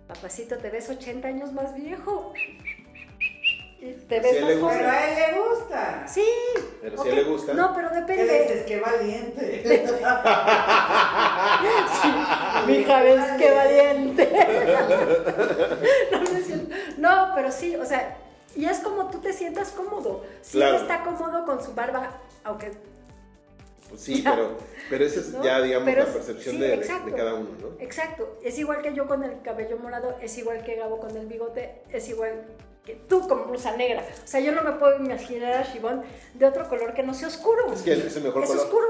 [SPEAKER 1] papacito, te ves 80 años más viejo. Y te ves
[SPEAKER 2] Sí,
[SPEAKER 1] más
[SPEAKER 2] le
[SPEAKER 1] joven.
[SPEAKER 3] Pero a él le gusta.
[SPEAKER 1] Sí.
[SPEAKER 2] Pero
[SPEAKER 1] ok.
[SPEAKER 2] si a él le gusta.
[SPEAKER 1] No, pero
[SPEAKER 3] ¿Qué le dices?
[SPEAKER 1] depende.
[SPEAKER 3] Qué valiente.
[SPEAKER 1] Mi hija, ves qué valiente. no, no es cierto. No, pero sí, o sea, y es como tú te sientas cómodo. Sí
[SPEAKER 2] Claro.
[SPEAKER 1] que está cómodo con su barba, aunque
[SPEAKER 2] Pues sí, pero, pero esa es
[SPEAKER 1] ¿No?
[SPEAKER 2] ya, digamos,
[SPEAKER 1] Pero
[SPEAKER 2] la percepción
[SPEAKER 1] sí,
[SPEAKER 2] de, de-
[SPEAKER 1] exacto.
[SPEAKER 2] de cada uno, ¿no?
[SPEAKER 1] Exacto, es igual que yo con el cabello morado, es igual que Gabo con el bigote, es igual que tú con blusa negra. O sea, yo no me puedo imaginar a Shibón de otro color que no sea oscuro.
[SPEAKER 2] Es que es el mejor
[SPEAKER 1] Es
[SPEAKER 2] color.
[SPEAKER 1] oscuro.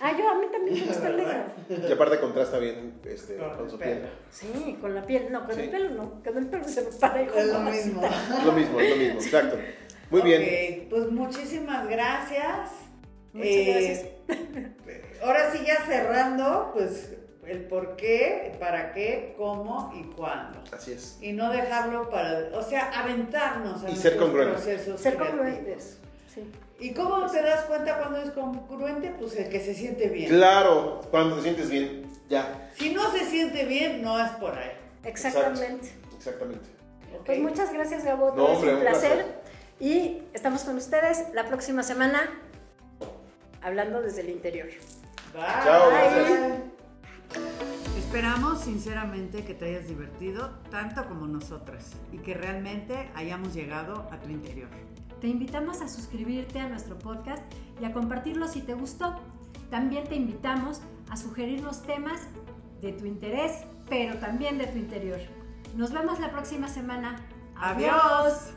[SPEAKER 1] Ah, yo a mí también me gusta el negro.
[SPEAKER 2] Y aparte contrasta bien este,
[SPEAKER 3] Con
[SPEAKER 2] con
[SPEAKER 3] el
[SPEAKER 2] su
[SPEAKER 3] pelo.
[SPEAKER 2] piel.
[SPEAKER 1] Sí, con la piel, no, con el
[SPEAKER 2] Sí.
[SPEAKER 1] pelo no, con el pelo se me para hijo,
[SPEAKER 3] Es lo
[SPEAKER 1] mamacita.
[SPEAKER 3] mismo.
[SPEAKER 2] Es lo mismo, es lo mismo, exacto. Muy bien.
[SPEAKER 3] Ok, Pues muchísimas gracias.
[SPEAKER 1] Muchas
[SPEAKER 3] Eh, ahora sí, ya cerrando, pues el por qué, para qué, cómo y cuándo.
[SPEAKER 2] Así es.
[SPEAKER 3] Y no dejarlo para, o sea, aventarnos a
[SPEAKER 2] Y
[SPEAKER 3] nuestros
[SPEAKER 2] ser congruentes.
[SPEAKER 3] procesos
[SPEAKER 1] Pues Ser
[SPEAKER 3] creativos.
[SPEAKER 1] congruentes. Sí.
[SPEAKER 3] ¿Y cómo te das cuenta cuando es congruente? Pues el que se siente bien.
[SPEAKER 2] Claro, cuando te sientes bien, ya.
[SPEAKER 3] Si no se siente bien, no es por ahí.
[SPEAKER 1] Exactamente.
[SPEAKER 2] Exacto, Exactamente.
[SPEAKER 3] ¿ok?
[SPEAKER 1] Pues muchas gracias, Gabo.
[SPEAKER 2] No,
[SPEAKER 1] es
[SPEAKER 2] hombre,
[SPEAKER 1] un
[SPEAKER 2] un
[SPEAKER 1] placer.
[SPEAKER 2] placer.
[SPEAKER 1] Y estamos con ustedes la próxima semana hablando desde el interior.
[SPEAKER 3] Bye.
[SPEAKER 2] Chao, gracias.
[SPEAKER 4] Esperamos sinceramente que te hayas divertido tanto como nosotras y que realmente hayamos llegado a tu interior.
[SPEAKER 5] Te invitamos a suscribirte a nuestro podcast y a compartirlo si te gustó. También te invitamos a sugerirnos temas de tu interés, pero también de tu interior. Nos vemos la próxima semana.
[SPEAKER 4] ¡Adiós!